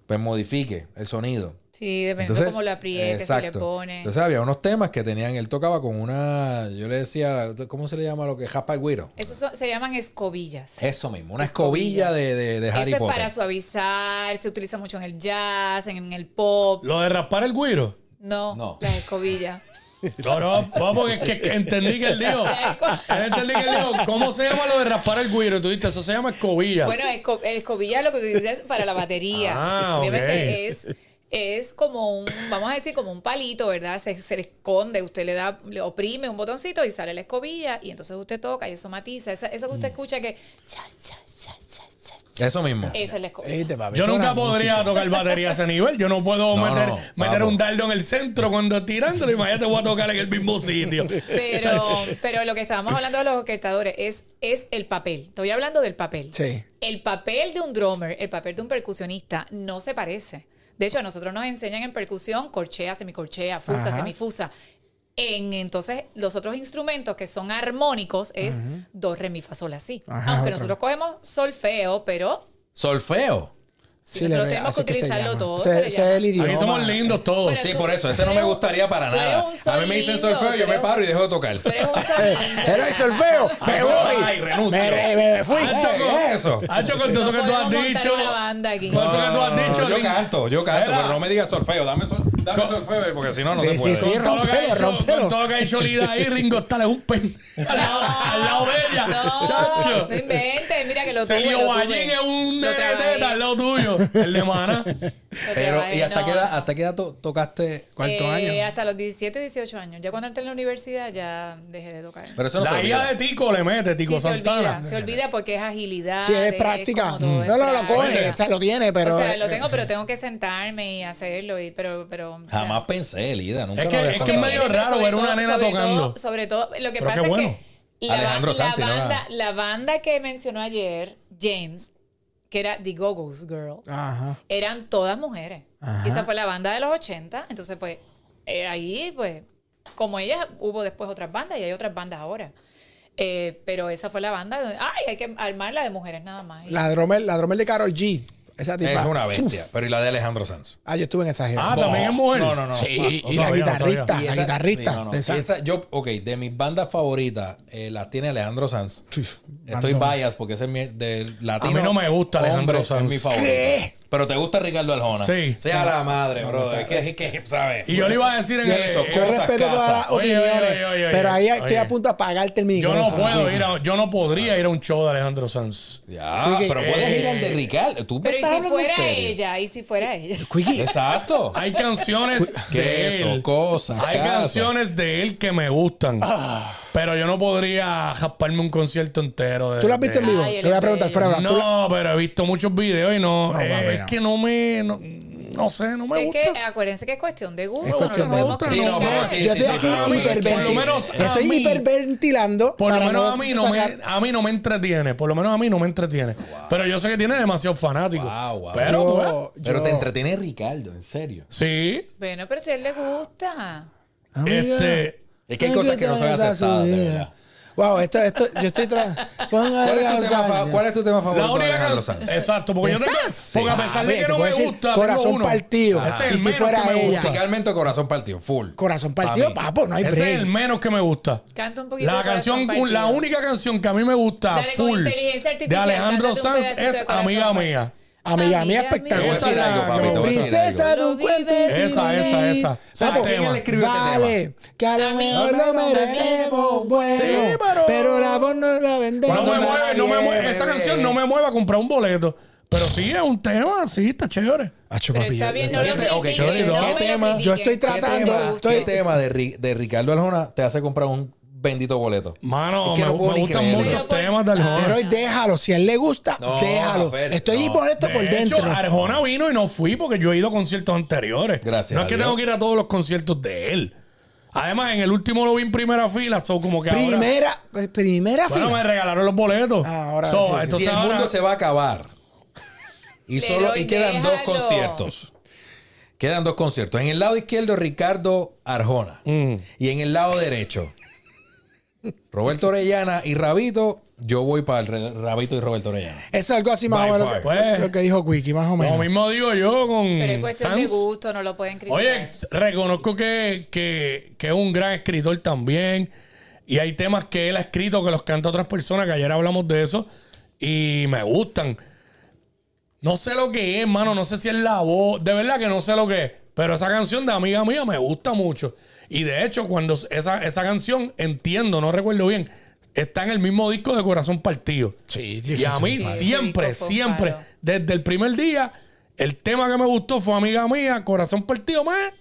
pues modifique el sonido.
Sí, dependiendo
Entonces,
cómo lo aprietes, si le
exacto.
pones.
Entonces había unos temas que tenían, él tocaba con una, yo le decía, ¿cómo se le llama lo que japa el güiro?
Esos son- se llaman escobillas.
Eso mismo, una escobilla de, de, de Harry
Eso es
Potter.
para suavizar, se utiliza mucho en el jazz, en, en el pop.
Lo de raspar el guiro.
No,
No.
las escobillas.
No, no, no, porque es que entendí que él
*laughs*
dijo. él entendí que él dijo, ¿cómo se llama lo de raspar el guiro? Tú dijiste, eso se llama escobilla.
bueno, esco- escobilla es lo que utilizas para la
*laughs*
batería.
Ah,
Obviamente
ok.
es, es como un, vamos a decir, como un palito, ¿verdad? Se, se le esconde, usted le da, le oprime un botoncito y sale la escobilla y entonces usted toca y eso matiza. Esa- eso que
Mm.
usted escucha que... cha, cha, cha, cha, cha, cha,
Eso mismo.
Esa es la escobilla.
Viste, papi,
Yo
eso es
nunca
una
podría
música.
tocar batería a ese nivel. Yo no puedo
No,
meter,
no,
meter
vamos.
un dardo en el centro cuando tirándolo. Imagínate, voy a tocar en el mismo sitio. *laughs*
Pero, pero lo que estábamos hablando de los orquestadores es, es el papel. Estoy hablando del papel.
Sí.
El papel de un drummer, el papel de un percusionista, no se parece. De hecho, a nosotros nos enseñan en percusión corchea, semicorchea, fusa,
Ajá.
semifusa. En, entonces, los otros instrumentos que son armónicos es do, re, mi, fa, sol, así.
Ajá,
Aunque
otro.
nosotros cogemos solfeo, pero
Solfeo.
si
Sí,
nosotros
le-
tenemos que
así se
utilizarlo
llama.
todo.
Ese-
se le
ese
llama.
es el idioma.
Ahí somos lindos todos.
Pero
Sí,
tú-
por eso, ese no
tú
me
eres un-
gustaría para
tú eres
nada.
un
A mí me dicen
solindo,
solfeo,
tú
yo me
eres-
paro y dejo de tocar.
*laughs* Tú eres un
Eh,
sonido.
*laughs* ¡Era el
*laughs*
solfeo! ¡Me
Ay,
voy!
renuncio.
Me- me- me fui. Eh,
Hacho,
Ay,
con-
eso.
Hacho, con todo eso
No
que tú has
podemos montar
dicho.
una banda aquí.
Con eso que tú has dicho.
yo
ni-
canto, yo canto,
Era-
pero no me digas solfeo, dame, sol, dame
Co-
solfeo, eh, porque si no, no
Sí,
se
sí,
puede.
sí.
Con todo, lo que ha
rompelo,
hecho,
rompelo.
con todo lo que ha hecho Lida ahí, Ringo Starr es un
*laughs*
pen. Al lado, *laughs* al lado de ella.
No,
Chacho.
no inventes, mira que lo tuve,
Celio
lo tuve.
Guayín es un
Lo trabajé.
teta al lado tuyo. Exacto, el de Maná.
Pero, ¿y hasta qué edad, hasta qué edad to- tocaste?
¿Cuántos
Eh,
años?
Hasta los 17, 18 años. Ya cuando entré en la universidad ya dejé de tocar.
Pero eso no se
La
olvida.
hija de Tico le mete, Tico
Sí, se olvida,
Santana.
se olvida porque es agilidad.
Sí, es práctica.
como todo,
No,
es
no, lo
práctica.
coge. O sea, lo tiene, pero.
o sea, lo
eh,
tengo, pero tengo que sentarme y hacerlo. Y, pero, pero, o sea,
Jamás pensé, Lida. Nunca
Es
lo
que-
había
es que es
pensado.
medio
pero
raro
sobre
ver una
todo-
nena
sobre
tocando.
todo- sobre todo, lo que
Pero
pasa
qué bueno.
es que la,
Alejandro
la
Santi, ¿no?
banda, la banda que mencionó ayer, James, que era The Go-Go's Girl,
Ajá.
eran todas mujeres.
Ajá.
Y esa fue la banda de los 80. Entonces, pues, eh, ahí, pues, como ellas, hubo después otras bandas y hay otras bandas ahora. Eh, pero esa fue la banda. donde, Ay, hay que armarla de mujeres nada más. Y-
La dromel, la dromel de Carol G. Esa tipa.
Es una bestia. Pero y la de Alejandro Sanz.
Ah, yo estuve en esa gira.
Ah, también es mujer.
No, no, no.
Sí,
Ah,
y,
no
y la
sabía, no sabía.
guitarrista,
Y
la
esa-
guitarrista.
sí, no, no.
de esa-
Esa- yo, ok, de mis bandas favoritas, eh, las tiene Alejandro Sanz.
Chis,
Estoy
bandón.
bias porque ese es mi, del latino.
A mí no me gusta Alejandro
hombre,
Sanz.
Es mi favorito.
¿Qué?
Pero te gusta Ricardo Aljona.
Sí.
Sea la madre,
No,
bro.
no,
Es que, es que, ¿sabes?
Y yo le iba a decir en
Yo-
el-
eso,
Yo
eh,
cosas,
respeto todas
casa.
las
Oye, oye,
opiniones,
oye, oye,
pero ahí
oye.
estoy a punto de apagarte el
yo
micrófono.
no puedo ir a, yo no podría ir a un show de Alejandro Sanz.
Ya, pero puedes
eh,
ir al de Ricardo. Tú me
pero y
estás
si
hablando en
fuera
serio.
ella, y si fuera ella.
Quickie,
*laughs*
Exacto.
*laughs*
Hay canciones de
Queso,
él.
cosas,
Hay
casas.
canciones de él que me gustan.
Ah.
Pero yo no podría jasparme un concierto entero. De,
¿Tú la has visto
de-
en vivo?
Ay, él
Te voy a
es
preguntar,
bello.
fuera de broma, ¿tú la-
Eh, No, pero he visto muchos videos y no.
No,
eh,
papi,
es
no.
que no me. No, no sé, no me
Es
gusta.
que ah, acuérdense que es cuestión de gusto.
Es cuestión
no
de
nos
gusto.
podemos
Sí, no,
criticar.
pero sí,
este Yo
sí,
estoy
sí,
aquí
pero- pero-
hiperventilando.
Por lo menos a
estoy
mí.
hiperventilando.
Por lo
para
menos
no
a mí no me
sacar-
a mí no me entretiene, por lo menos a mí no me entretiene. Pero yo sé que tiene demasiados fanáticos.
Wow, wow.
Pero pues,
Yo,
Pero
yo-
te entretiene Ricardo, en serio.
sí,
Bueno, pero si a él le gusta.
Amiga,
este
Es que hay cosas que no son
esa
aceptadas, de
subida.
verdad.
Wow, esto, esto, yo estoy
*laughs*
tra- Ponga
¿Cuál es tu tema, fa-
lasañas.
cuál es tu tema
la
favorito de
única
Alejandro
canción
Sanz?
Exacto, porque
¿De
yo no
Sanz?
porque a
Sí.
pesar
Ah,
de
mira,
que
te
no
puedo
me
decir,
gusta,
Corazón
tengo uno.
partido. Ah,
Ese es
Y
el
si
menos
fuera
que me
ella.
gusta.
Musicalmente, corazón partido, full.
Corazón
Pa'
partido,
mí.
papo, no hay
Ese es el
break.
menos que me gusta.
Canta un poquito.
La
de Corazón
canción, un- la
Partido.
única canción que a mí me gusta
Dale, con
full
inteligencia
de
artificial,
Alejandro
cántate un
Sanz
pedacito de
es
Corazón
amiga
Partido.
mía.
Amiga mía
Te voy a
espectacular.
decir
Esa,
algo, papi, te voy a decir
Princesa
algo.
de un
Lo
cuento
vive
sin
Esa,
ley.
esa, esa. Ese
Papo,
¿quién
tema.
le escribió ese
Vale, que a lo
A mí
mejor
no
lo
me lo
merecemos,
merezco.
bueno,
Sí, pero-
pero la voz no la vendemos.
No me
nadie,
mueve, no me mueve. Esa
bebé.
canción no me mueve a comprar un boleto. Pero sí es un tema, sí, está chévere.
Acho,
Pero
papi,
está
ya-
bien,
ya-
no
Fíjate,
lo
ok,
critiquen,
Chori,
no
¿qué
me lo
tema?
critiquen.
Yo estoy
¿Qué
tratando,
tema?
¿Qué
estoy-
tema de, Ri- de Ricardo Aljona te hace comprar un bendito boleto?
Mano,
Es que
me,
no puedo
me
ni
gustan
creerlo.
muchos
Pero por-
temas de Arjona.
Pero hoy déjalo, si a él le gusta,
No,
déjalo.
Fer,
Estoy
no.
por esto por
de hecho,
dentro.
Arjona vino y no fui porque yo he ido a conciertos anteriores.
Gracias
No
a
es que
Dios.
tengo que ir a todos los conciertos de él. Además, en el último lo vi en primera fila, so como que ahora-
Primera, eh, primera
Bueno, me
fila.
regalaron los boletos.
Ah, ahora
So,
sí, sí,
entonces
si el mundo
ahora-
se va a acabar y
Pero
solo y quedan dos
déjalo.
conciertos. Quedan dos conciertos. En el lado izquierdo, Ricardo Arjona.
Mm.
Y en el lado derecho, Roberto Orellana y Rabito. Yo voy para el Re- Rabito y Roberto Orellana.
Eso es algo así más
By
o menos
far.
lo que-
Pues-
lo que dijo Quickie, más o
Lo
menos.
mismo digo yo con
Pero es cuestión
Sanz.
de gusto, no lo pueden criticar.
Mm, Oye, reconozco que, que, que es un gran escritor también. Y hay temas que él ha escrito que los canta otras personas, que ayer hablamos de eso. Y me gustan. No sé lo que es, mano. No sé si es la voz. De verdad que no sé lo que es. Pero esa canción de amiga mía me gusta mucho. Y de hecho, cuando esa, esa canción, entiendo, no recuerdo bien, está en el mismo disco de Corazón Partido.
Sí, sí,
Y a
sí,
mí
sí.
siempre,
Ese disco fue un
siempre,
palo.
desde el primer día, el tema que me gustó fue Amiga Mía, Corazón Partido Más.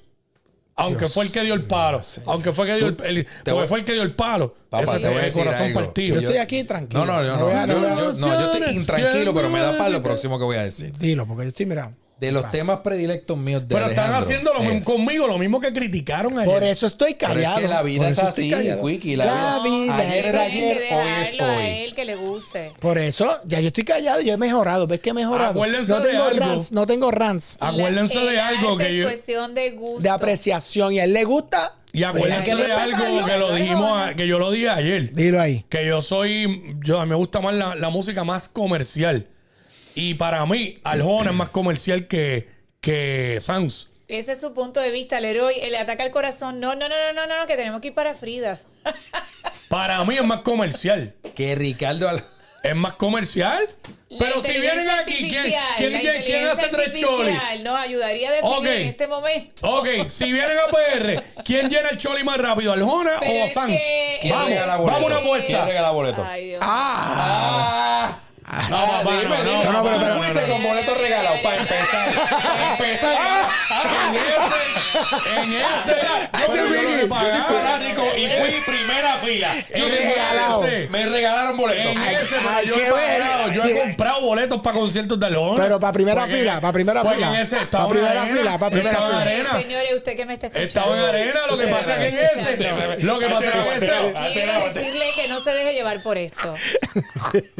Aunque fue el que dio el palo. aunque fue, que dio el, el- porque
voy-
fue el que dio el palo.
Papá,
Ese
te voy a
de
decir
Corazón
algo.
Yo
Partido.
estoy aquí tranquilo.
No, no, yo no.
voy a-
Yo,
voy a-
yo- no, yo estoy intranquilo, pero me da palo lo próximo que voy a decir.
Dilo, porque yo estoy mirando.
De los temas predilectos míos de
pero están
Alejandro
haciendo lo
es-
mismo conmigo, lo mismo que criticaron a
Por eso estoy
Pero es
callado.
que la vida
por
es
eso estoy
así,
callado.
Quickie. La, vida, ayer
Eso
era
tienen que
ayer, hoy es
dejarlo a
hoy.
él que le guste.
Por eso, ya yo estoy callado, yo he mejorado. ¿Ves que he mejorado?
Acuérdense
no
de
tengo
algo.
rants, no tengo rants.
Acuérdense
El
de algo
arte
que yo.
Es cuestión de gusto.
De apreciación. Y a él le gusta.
Y
pues hay
acuérdense
que
de algo
respetarlo.
que lo dijimos, a- que yo lo dije ayer.
Dilo ahí.
que yo soy, yo a mí me gusta más la, la música más comercial. Y para mí, Aljona es más comercial que, que Sans.
Ese es su punto de vista, Leroy. El ataque al corazón. No, no, no, no, no, no, no, que tenemos que ir para Frida.
Para mí es más comercial.
Que Ricardo Al-
Es más comercial.
La
*laughs* Pero si vienen
inteligencia
aquí, ¿quién,
artificial,
quién-
la
quién- quién hace
inteligencia
tres cholis?
artificial Nos ayudaría a definir
Ok.
en este momento.
Ok, si vienen a PR, ¿quién llena el choli más rápido, Aljona
Pero
o
es
Oh, Sans?
que-
¿Quién
Vamos,
regala
vamos a
boleto?
una
¿Quién
apuesta.
regala boleto?
Ay, Dios.
Ah,
Ah,
No, papá,
Dime,
no,
dime.
no,
no, pero-
Tú
pero-
fuiste con boletos regalados para empezar. Para empezar.
Ah,
en ese. En ese.
Ay, yo
Bueno, yo
fui-
lo que pagaba
yo sí fui.
era rico y fui primera fila.
*laughs* Yo
En
sí fui
ese,
regalado.
Me regalaron boletos.
En
Ay,
ese,
hay
pero yo
que
he
ver
pagado, yo
si
he
es-
comprado boletos para conciertos de León.
Pero para primera
Fue en-
fila, para primera
fue
fila.
en ese,
Para
estaba en
primera
arena,
fila, para primera
estaba en
fila.
arena.
Señores, usted que me está escuchando.
Estaba en arena, lo que
Usted
pasa que en
está
ese.
escuchando.
Lo que pasa que en ese.
Quiero decirle que no se deje llevar por esto.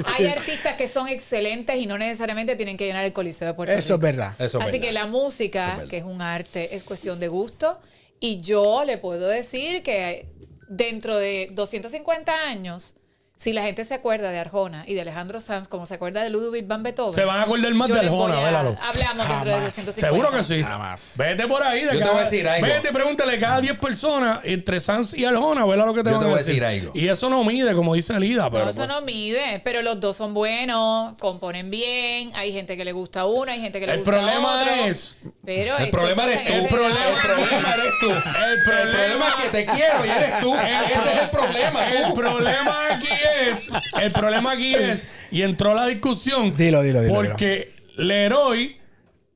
Hay artistas que son excelentes y no necesariamente tienen que llenar el Coliseo de Puerto
Eso es
Rico.
verdad.
Eso es
Así
verdad.
que la música, que es un arte, es cuestión de gusto. Y yo le puedo decir que dentro de 250 años, si la gente se acuerda de Arjona y de Alejandro Sanz, como se acuerda de Ludwig van Beethoven,
Se van a acordar más
yo
de
les
Arjona,
voy a-
vélalo.
Hablamos dentro de
Jamás.
250.
Seguro que sí.
Jamás.
Vete por ahí. De
Yo te
cada-
voy a decir algo.
Vete, pregúntale cada 10 personas entre Sanz y Arjona, vela lo que te
Yo
van
te
a
voy a
decir.
decir algo.
Y eso no mide, como dice Lida, pero. pues,
No, eso no mide, pero los dos son buenos, componen bien, hay gente que le gusta uno, hay gente que le
El
gusta
problema
otro.
es-
Pero
El
esto
problema
pasa
eres
en
tú.
El problema, el
Ah,
problema eres tú. El
El problema es que te quiero y eres tú. Ese es el problema. tú.
El problema aquí es, el problema aquí es, y entró la discusión.
Dilo, dilo, dilo,
Porque Leroy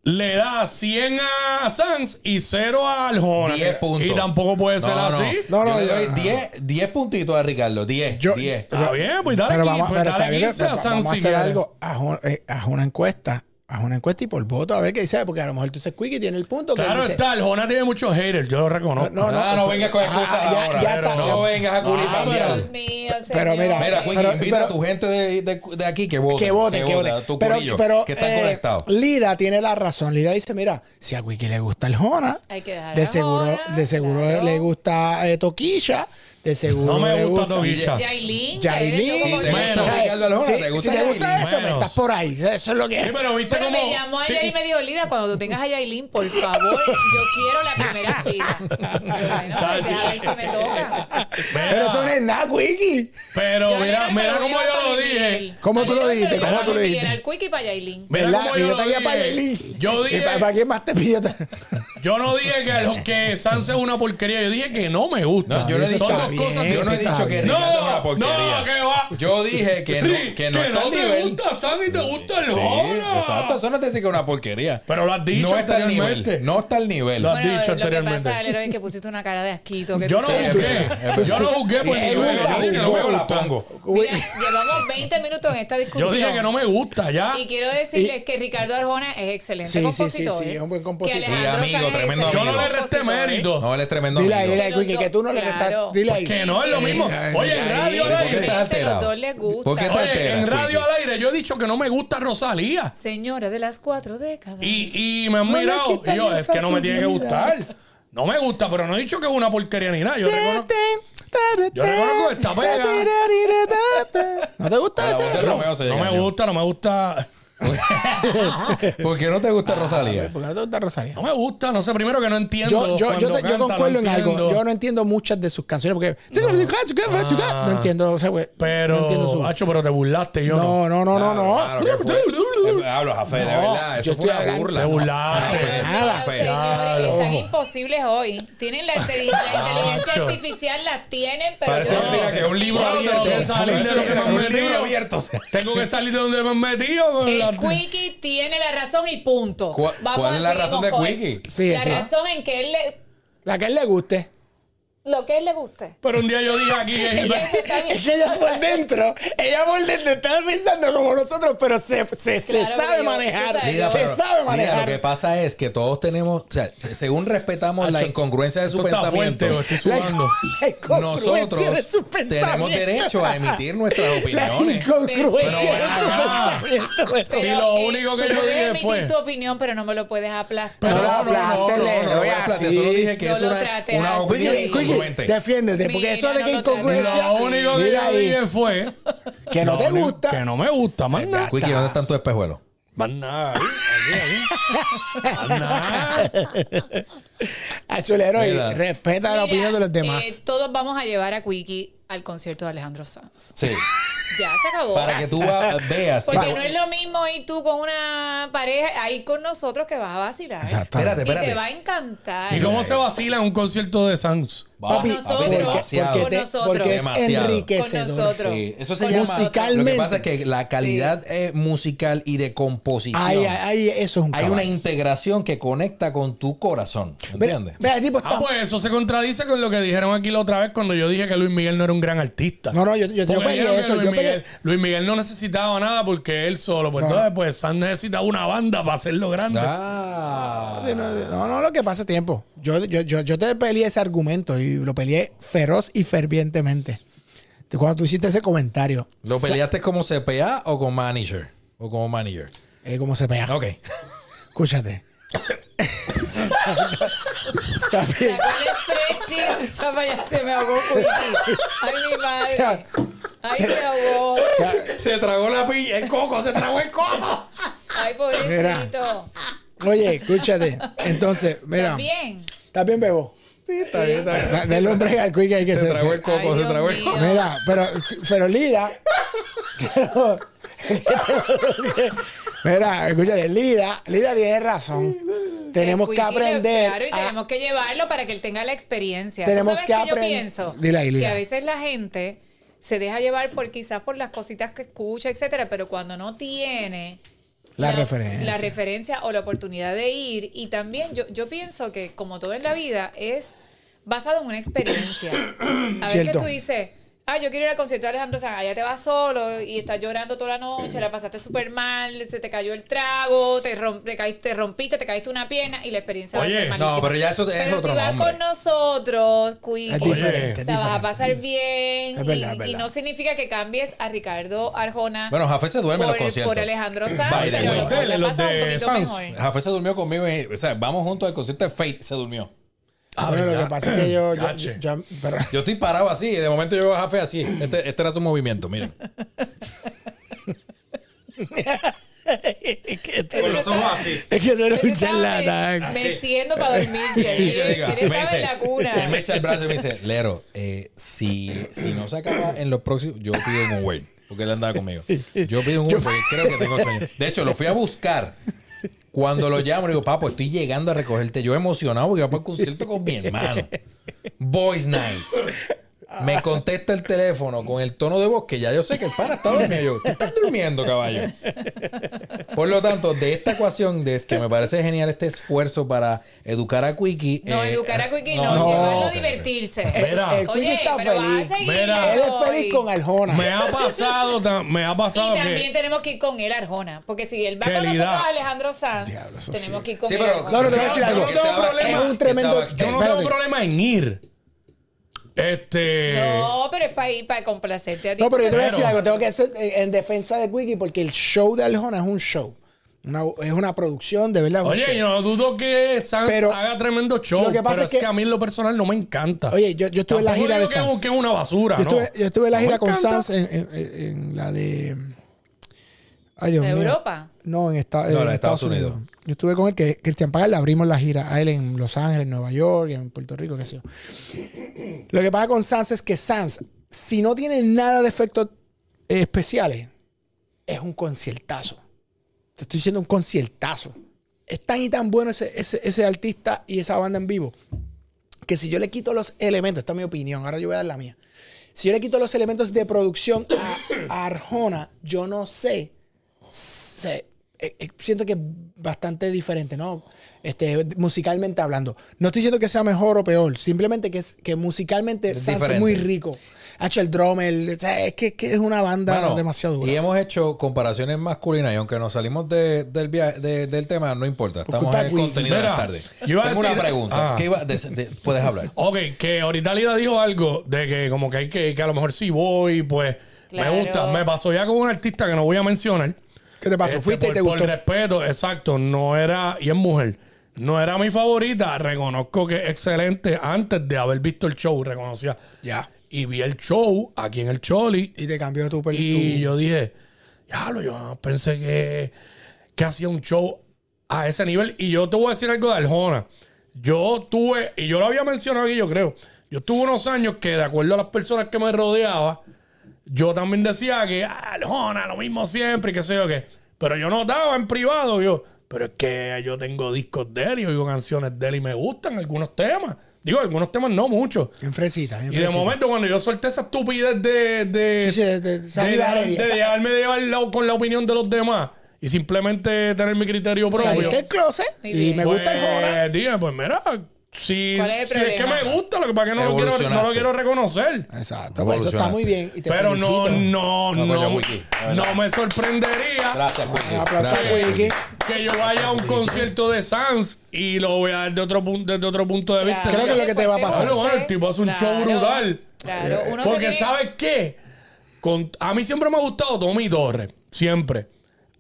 le da 100 a Sanz y 0 a Arjona.
10 puntos.
Y tampoco puede ser
No, no,
así.
No, no,
yo le
yo-
doy
no.
10 10 puntitos a Ricardo. 10.
Yo-
10.
Está bien, pues dale,
pero
aquí,
vamos,
pues
pero
dale
está bien,
15 a
pero
Sanz
vamos a
si
hacer
quieres.
algo, haz un- eh, haz una encuesta, haz una encuesta y por voto, a ver qué dice, porque a lo mejor tú dices Quickie tiene el punto. que
Claro
dice-
está, Arjona tiene muchos haters, yo lo reconozco.
No,
No, no, vengas con excusas
Ah, ya-
ahora.
ya
pero
está.
no vengas
Ah,
a culipandear.
Dios mío,
Pero
señor.
mira,
Mira, Quickie,
Pero-
invita
pero-
a tu gente de, de- de aquí que vote.
que voten, que voten.
Tu
Pero,
corillo,
pero
que están
eh,
conectados.
Lida tiene la razón. Lida dice, mira, si a Wiki le gusta el Jona,
Hay que dejar
de
a
seguro,
Jona,
de seguro
claro.
le gusta eh, Toquilla, de seguro
No me
le
gusta Toquicha.
Yailin. que eres
Yailin.
como-
Si te
Bueno,
gusta
¿sabes?
Ricardo Arjona,
si,
te gusta
si te
Yailin.
gusta eso, pues,
Menos.
estás por ahí. Eso es lo que es.
Sí, pero viste
Pero
como.
me llamó ayer
sí.
y me dijo, Lida, cuando tú tengas a Yailin, por favor, yo quiero la primera fila. Yo, Bueno, pues, a ver si me toca.
Mira,
Pero eso no es nada, Wiki.
pero
Yo,
mira,
Lida,
mira
pero
cómo
voy
yo
para
lo dije.
Miguel.
¿Cómo tú
Yo,
lo dijiste?
pero yo
¿Cómo
voy
tú
para
lo
Miguel,
dijiste?
Al Quickie para Yailin.
Mira
¿Verdad?
cómo
Y
yo
yo
lo
te guía
dije.
para Yailin.
Yo
¿Y
dije-
pa- ¿Para quién más te pidió?
Yo no dije que, lo- que Sanz es una porquería, yo dije que no me gusta.
No, yo no he
Son
dicho-
dos cosas que
yo no he
está
dicho que
bien.
Ricardo es una
No,
porquería.
no, que va.
Yo dije que
Tri,
no, que no está al
te
nivel.
gusta Sanz y te gusta el
Sí,
Jona.
exacto, eso no te dice que es una porquería.
Pero lo has dicho
no está al
anteriormente.
nivel. No está al nivel.
Lo has
Bueno,
dicho
lo que
anteriormente.
pasa, Leroy, es que pusiste una cara de asquito. Que
Yo no
tú sabes.
es verdad, es
busqué. Yo no
verdad.
busqué por
Y
si
él
lo veo.
gusta,
Yo dije que no
sí,
me
gusta.
gusta.
pongo.
Mira, llevamos 20 minutos en esta discusión.
Yo dije que no me gusta, ya.
Y quiero decirles que Ricardo Arjona es excelente
Sí, sí, sí,
compositor.
sí, es un buen compositor.
Que
Y
Alejandro
amigo,
Sanz es
tremendo
Yo
excelente
no le resté
compositor.
mérito.
No, él es tremendo.
Dile ahí,
amigo.
dile ahí,
Los
Wiki,
dos,
que tú no le
claro.
restas. Dile ahí.
Que no es lo mismo.
Ay,
Oye, en
ay,
radio
¿por
al
qué
aire.
estás Los dos les gusta.
¿Por qué estás
Oye,
Oye,
alterado,
en radio
Quickie?
al aire yo he dicho que no me gusta Rosalía.
Señora de las cuatro décadas.
Y, y me han
No le
mirado.
quitan
Y yo, es
esa
que no me tiene que
subida.
gustar. No me gusta, pero no he dicho que es una porquería ni nada. Yo reconozco.
Yo
reconozco esta pega.
¿No te gusta
A la voz de
ese?
Romeo se
No
llega,
me
yo.
gusta, no me gusta.
¿Por qué no te
Ah,
gusta Rosalía?
¿Por qué no te gusta Rosalía?
No me gusta, no sé. Primero que no
Yo, yo,
entiendo.
yo,
cuando
te- yo
canta, no
concuerdo en algo.
entiendo.
Yo no entiendo muchas de sus canciones porque. No, entiendo, o sea, güey,
Pero,
No entiendo su.
Hacho, pero te burlaste, yo no.
No, no, no, no, no.
Claro, ¿qué fue? Eh, Hablo, Jafé, de
No,
verdad.
yo
Eso fue
estoy
una
hablando-
burla. Ah,
Te burlaste.
Dios mío,
pues,
nada,
señores,
Claro.
están imposibles hoy. Tienen la, inte- la inteligencia
Nacho.
artificial, la tienen, pero
Parece
yo-
mentira que es un libro
Yo
abierto.
tengo que
Parece
salir de lo que me han
un
metido.
libro abierto. o sea.
Tengo que salir de donde me han metido. con la-
El Eh, Quickie tiene la razón y punto.
¿Cuál- cuál
a
es la
seguir
razón de
con-
Quickie?
Sí,
la
sí.
razón en que él le,
La que a él le guste.
lo que él le guste.
Pero un día yo dije aquí que
Eso está bien.
Es que ella por dentro, ella por dentro está pensando como nosotros, pero se, se, se
Claro,
sabe
yo-
manejar.
tú sabes,
se
yo-
pero-
sabe
mira, lo
manejar.
que pasa es que todos tenemos, o sea, según respetamos la
Hacho,
incongruencia de su
esto está
pensamiento,
fuerte, yo estoy
La- *laughs*
sudando.
la incongruencia
nosotros
de sus
tenemos
pensamientos.
derecho a emitir
*laughs*
nuestras
La
opiniones.
incongruencia
Pero ven
de sus
acá.
pensamientos.
Sí,
Pero,
lo
eh,
único que
tú
yo
puedes
dije
emitir
fue-
tu opinión, pero no me lo puedes aplastar.
Pero-
No, no, no, no, no, no, no,
Oye,
aplate,
así.
solo dije que
No
es
lo
una,
trates
una
así.
opinión
Quickie, Quickie,
incongruente.
defiéndete, porque
Mira,
eso de que
no lo trates.
incongruencia.
Lo único que
Mira
yo
ahí,
dije fue.
que no
lo
te
único-
gusta.
Que no me gusta, más nada.
Quickie, ¿dónde están tus espejuelos?
Más nada. ahí, aquí, aquí. Más nada.
A Chulero, y
Mira.
respeta la
Mira,
opinión de los
eh,
demás.
todos vamos a llevar a Quickie al concierto de Alejandro Sanz.
Sí,
Ya se acabó.
para que tú va- veas.
Porque
que-
no es lo mismo ir tú con una pareja, a ir con nosotros que vas a vacilar.
Exacto.
Espérate,
Y te va
espérate.
a encantar.
¿Y cómo se vacila en un concierto de Sanz?
Papi,
porque,
nosotros,
demasiado.
con
porque, te-
nosotros.
porque es
Demasiado.
enriquecedor.
Con nosotros.
Sí, eso se
Con
llama
musicalmente.
Lo que pasa es que la calidad eh, musical y de composición.
Ahí, ahí, ahí, eso es un
hay
caballo.
una integración que conecta con tu corazón.
Mira,
¿Entiendes?
mira, el tipo está-
Ah, pues eso se contradice con lo que dijeron aquí la otra vez cuando yo dije que Luis Miguel no era un gran artista.
No, no, yo, yo, yo
Porque
pegué
dijeron que
eso.
Luis,
yo pegué-
Miguel, Luis Miguel no necesitaba nada porque él solo. Pues
No.
entonces, pues San necesitaba una banda para hacerlo grande.
Ah.
No, no, lo que pasa es tiempo. Yo, yo, yo, yo te peleé ese argumento y lo peleé feroz y fervientemente. Cuando tú hiciste ese comentario,
¿Lo peleaste como CPA o como manager? O como manager.
eh, como se pega.
Ok.
Escúchate.
Sacó el spreadsheet. *laughs* Papá, ya se me ahogó Cuiti. Ay, mi
*laughs* O
madre.
sea,
Ay,
se-
se ahogó.
O sea,
*laughs* Se tragó la piña, el coco, se tragó el coco.
Ay, pobrecito.
oye, escúchate. Entonces, mira.
También.
¿Estás bien, Bebo?
Sí, *laughs* está bien, está bien.
Da- Dale un break al quick hay que
Se
ser-
tragó
ser-
el coco,
Ay,
se
Dios
tragó el
mío.
coco.
Mira, pero, pero Lida. Mira, escúchate, Lida, Lida tiene razón. Tenemos que
El cuiquillo,
aprender.
Claro, y
a-
tenemos que llevarlo para que él tenga la experiencia. ¿Tú
Tenemos
sabes
que
qué yo
aprend-
pienso?
Dile ahí,
Que
Lila.
a veces la gente se deja llevar por quizás por las cositas que escucha, etcétera, pero cuando no tiene
La referencia.
la referencia o la oportunidad de ir. Y también yo, yo pienso que, como todo en la vida, es basado en
*coughs*
una experiencia. A veces
Cierto.
tú dices, ah, yo quiero ir al concierto de Alejandro Sanz, allá te vas solo y estás llorando toda la noche, la pasaste súper mal, se te cayó el trago, te, rom- te, caí- te rompiste, te caíste una pierna y la experiencia va a
Oye,
ser
no,
malísima.
pero ya eso es
Pero
otro
si vas
nombre.
con nosotros, Cuico,
Es diferente. es
la vas a
diferente.
pasar bien
Es
y-
verdad, es
y,
verdad.
no significa que cambies a Ricardo Arjona
Bueno, Jafé se duerme en los
por,
conciertos.
por Alejandro
By
Sanz,
the
pero
way.
lo que le
Los
pasa
de
un poquito
Sanz.
mejor.
Jafé se durmió conmigo. y- o sea, vamos juntos al concierto de Fate. Se durmió.
Bueno, lo que pasa es que yo. yo,
Cache.
yo- pero-
Yo estoy parado así. y de momento yo veo a Jafé así. Este, este era su movimiento, miren. Con los ojos así.
*laughs* es que tú eres
Él
un
estaba
charlatán.
me- Meciendo para dormirse.
Y yo
Él
digo,
él
me
estaba
dice,
en la cuna.
él me echa el brazo y me dice, Lero, eh, si, si no se acaba en los próximos, yo pido un Uber. Porque él andaba conmigo. Yo pido un Uber porque creo que tengo sueño. De hecho, lo fui a buscar. Cuando lo llamo, le digo, papo, estoy llegando a recogerte. Yo emocionado porque voy para el concierto con mi hermano. Boys Night. Me contesta el teléfono con el tono de voz que ya yo sé que el pana está dormido. Yo, ¿tú estás durmiendo, caballo? Por lo tanto, de esta ecuación, de que me parece genial este esfuerzo para educar a Quickie.
No,
eh,
educar a Quickie no,
no,
llevarlo a
ok, ok.
divertirse.
Mira.
El Quickie
Oye,
está
pero
feliz.
vas a seguir.
Mira.
Él es
hoy.
feliz con Arjona.
Me ha pasado, ta- me ha
Y
pasado
también
que.
tenemos que ir con él, Arjona. Porque si él va
Qué
con
lida.
nosotros a Alejandro Sanz,
Diablo, eso
tenemos
sí.
que ir con
Sí,
él.
pero-
Arjona.
No, no, te voy a
Yo-
decir
yo
algo.
no tengo problema.
Es un tremendo.
Que sea
Yo no tengo
Espérate.
problema en ir. Este.
No, pero es para ir, para complacerte a ti.
No, pero yo te voy a
Pero-
decir algo. Tengo que hacer eh, en defensa de Quickie porque el show de Arjona es un show. Una- es una producción, de verdad. es un show.
Oye, yo no dudo que Sanz
Pero-
haga tremendo show.
lo que pasa
pero
es
es
que-
que, a mí en lo personal no me encanta.
Oye, yo, yo estuve en la
Tampoco
gira de
digo que
Sanz.
busquen una basura,
yo,
Ah, ¿no?
estuve, yo estuve en la
No
gira
me
con
encanta.
Sanz en, en- en- en la de. Ay, Dios
¿De
mío.
Europa?
No, en, esta- en
la
Estados,
de Estados
Unidos.
Unidos.
Yo estuve con él, que Cristian Pagal le abrimos la gira a él en Los Ángeles, en Nueva York, en Puerto Rico, qué sé yo. Lo que pasa con Sanz es que Sanz, si no tiene nada de efectos eh, especiales, es un conciertazo. Te estoy diciendo un conciertazo. Es tan y tan bueno ese, ese, ese artista y esa banda en vivo que si yo le quito los elementos, esta es mi opinión, ahora yo voy a dar la mía. Si yo le quito los elementos de producción a,
*coughs*
a Arjona, yo no sé. sé- eh, eh, siento que es bastante diferente, ¿no? Este, musicalmente hablando. No estoy diciendo que sea mejor o peor, simplemente que, es- que musicalmente
Es
Sanz es
diferente.
muy rico. Ha hecho el drummer, o sea, es que, que es una banda
Mano,
demasiado dura.
Y hemos hecho comparaciones masculinas y aunque nos salimos de- del, viaje, de- del tema, no importa. Estamos
culpa
en el
de Quickie.
contenido de
Mira,
la tarde.
yo iba a
Tengo una
decir-
pregunta.
Ah.
¿Qué iba- de- de- puedes hablar.
Ok, que ahorita Lida dijo algo de que como que hay que, que a lo mejor sí voy, pues
Claro.
me gusta. Me pasó ya con un artista que no voy a mencionar.
¿Qué te pasó?
Este,
Fuiste
por,
y te
por
gustó.
respeto, exacto, no era, y es mujer, no era mi favorita. Reconozco que es excelente antes de haber visto el show, reconocía.
Ya.
Y vi el show aquí en el Choli
Y te cambió tu
y
perfil.
yo dije, diablo, yo jamás pensé que, que hacía un show a ese nivel. Y yo te voy a decir algo de Arjona. Yo tuve, y yo lo había mencionado aquí, yo creo. Yo tuve unos años que, de acuerdo a las personas que me rodeaba, yo también decía que "Ah, Arjona, lo mismo siempre, y qué sé yo qué. Pero yo notaba en privado, yo, pero es que yo tengo discos de él y oigo canciones de él y me gustan algunos temas. Digo, algunos temas no mucho.
En fresita. bien
Y de
fresita.
momento, cuando yo solté esa estupidez de. de
Sí, sí, de- de-
de-
Sally
de-
Valeria.
de dejarme llevar la- con la opinión de los demás y simplemente tener mi criterio propio.
Saliste del closet
Muy
y
bien.
me gusta el joda.
Pues, dije, pues mira, si,
¿Cuál es el
si es que
problema?
me gusta, lo que pasa es que no lo quiero, no lo
Evolucionaste.
quiero reconocer.
Exacto, pues, eso está muy bien. y te
Pero no,
felicito.
no, no,
No, coño,
no,
Wiki, la pues, verdad.
me sorprendería
Gracias, Wiki.
Un aplauso a
Gracias,
Wiki.
que yo vaya a un concierto de Sans y lo vea desde otro, pun- desde otro punto de vista.
Creo que lo que te va a pasar.
Bueno, bueno, el tipo hace un show brutal.
Claro, uno se
Porque
tiene-
¿sabes qué? Con, a mí siempre me ha gustado Tommy Torres, siempre.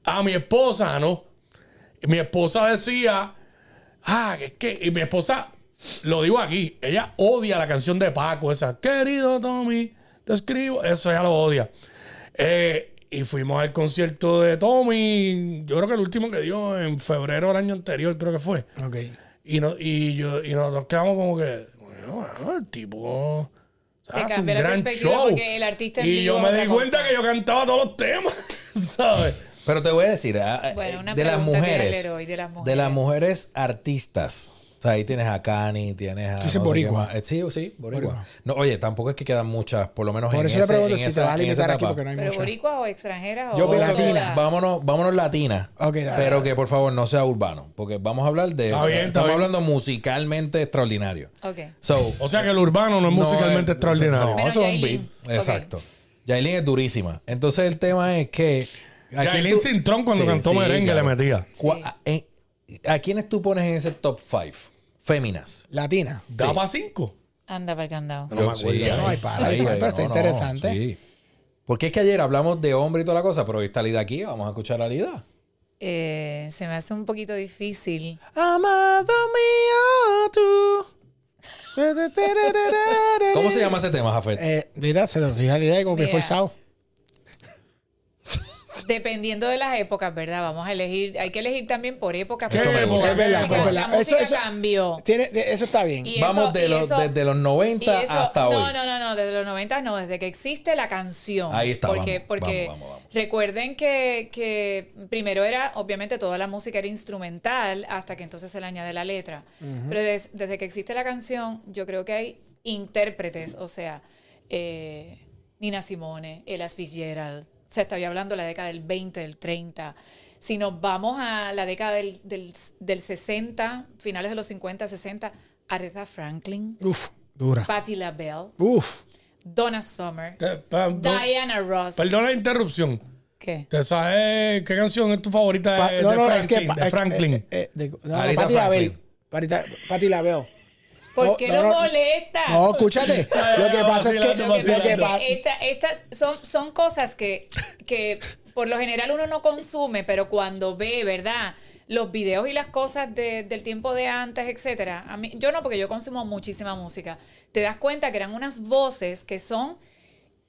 A mi esposa, ¿no? Mi esposa decía, ah, que es que, y mi esposa, lo digo aquí, ella odia la canción de Paco, esa, querido Tommy, te escribo, eso ella lo odia. Eh, y fuimos al concierto de Tommy, yo creo que el último que dio en febrero del año anterior, creo que fue.
Ok.
Y, no, y, yo, y nosotros quedamos como que, bueno, mano, el tipo.
Te
hace
cambia la perspectiva porque el artista en
Y
vivo
yo
es
me
otra
di cuenta
cosa.
que yo cantaba todos los temas, *laughs* ¿sabes?
Pero te voy a decir, ah, eh,
Bueno, una
de, las
pregunta que
mujeres,
le doy de las
de las
mujeres.
mujeres artistas. O sea, ahí tienes a Cani, tienes a.
Sí, sí,
sé
boricua.
qué más. Eh, Sí, sí, boricua.
Boricua.
No, oye, tampoco es que quedan muchas, por lo menos
Por
en
eso le
ese-
pregunto
en
si
esa-
te vas a
en esa
limitar aquí
etapa.
porque no hay
Pero
mucho.
boricua o extranjera o
Yo pienso que
latina.
vámonos, vámonos latina.
Ok, dale,
pero
dale.
que por favor no sea urbano. Porque vamos a hablar de.
Está bien, está
estamos
bien.
hablando musicalmente extraordinario.
Ok.
So,
O sea que el urbano no es musicalmente
eh,
extraordinario.
No,
Menos
eso es un beat.
Yailin.
Exacto. Yailin es durísima. Entonces el tema es que. ¿a quién
Yailin
tú-
Cintrón cuando
Sí,
cantó
sí,
merengue
claro.
le metía.
Cua- a- en- ¿A quiénes tú pones en ese top 5? Féminas.
Latina.
Da pa' cinco.
Anda para el candado.
Yo-
me acuerdo.
No, hay para, hay para, pero está interesante.
sí. Porque es que ayer hablamos de hombre y toda la cosa, pero hoy está Lida aquí, vamos a escuchar a Lida.
Eh, se me hace un poquito difícil.
Amado mío, tú. *laughs* ¿Cómo se llama ese tema, Jafet?
Eh, Lida, se lo dije a Lida y como que
Mira.
forzado.
Dependiendo de las épocas, ¿verdad? Vamos a elegir. Hay que elegir también por épocas.
¿Qué
porque la
época?
música-
Es verdad, es verdad.
La
Eso-
música
eso-
cambió.
Tiene, de- eso está bien.
Y
Vamos
eso-
de
y
los-
eso-
desde los 90
Y eso-
hasta
no,
hoy.
No, no, no, desde los 90 no, desde que existe la canción.
Ahí está,
Porque,
vamos,
porque
vamos, vamos, vamos.
recuerden que, que primero era, obviamente toda la música era instrumental hasta que entonces se le añade la letra. Pero des- desde que existe la canción, yo creo que hay intérpretes, o sea, eh, Nina Simone, Ella Fitzgerald, se estaba hablando de la década del 20, del 30. Si nos vamos a la década del, del, del 60, finales de los 50, 60, Aretha Franklin.
Uf, dura.
Patti LaBelle,
Uf.
Donna Summer,
Eh, pa- no-
Diana Ross.
Perdona la interrupción.
¿Qué?
¿Te sabes qué canción es tu favorita
Pa-
de,
no,
de
no, es
Franklin?
que. pa-
de
eh,
Franklin?
eh, eh, de- no, no,
Arita
Pati la
Franklin.
veo. Parita- Pati la veo.
¿Por
No,
qué
Oh, no,
lo
no.
molesta?
No, escúchate. Lo que pasa es que.
Vacilando,
Lo que
Lo
pasa
que
es
pasa.
que esta- estas son, son cosas que, que por lo general uno no consume, pero cuando ve, ¿verdad? Los videos y las cosas de- del tiempo de antes, etcétera. A mí, yo no, porque yo consumo muchísima música. Te das cuenta que eran unas voces que son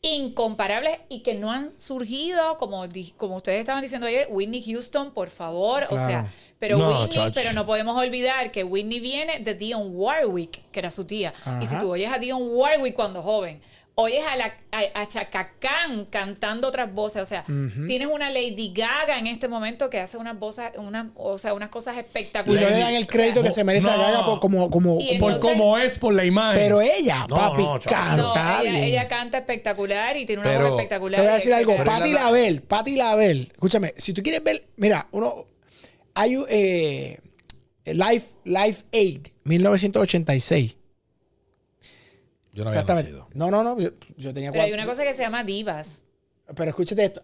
incomparables y que no han surgido, como, di- como ustedes estaban diciendo ayer, Whitney Houston, por favor, o
Claro.
sea, pero
No,
Whitney,
chacho.
pero no podemos olvidar que Whitney viene de Dionne Warwick, que era su tía. Y si
Ajá.
tú oyes a Dionne Warwick cuando joven, oyes a, la, a, a Chaka Khan cantando otras voces, o sea, tienes una Lady Gaga en este momento que hace unas voces, unas, o sea, unas cosas
Y no
espectaculares.
le dan el crédito que se merece a
No.
Gaga por- como. como
Y
por
entonces-
cómo es, por la imagen.
pero ella,
No,
papi,
no, chacho.
No,
canta
ella,
bien.
ella canta espectacular y tiene una
Pero-
voz espectacular.
Te voy a decir algo.
etcétera.
Pero
Pati
la-
Label, Pati Label. Escúchame, si tú quieres ver, mira, uno. Hay un. Eh, Life, Life Aid, 1986.
Yo no había
Exactamente.
nacido.
No, no, no. Yo, yo tenía
Pero hay
cuatro-
una cosa que se llama divas.
Pero escúchate esto.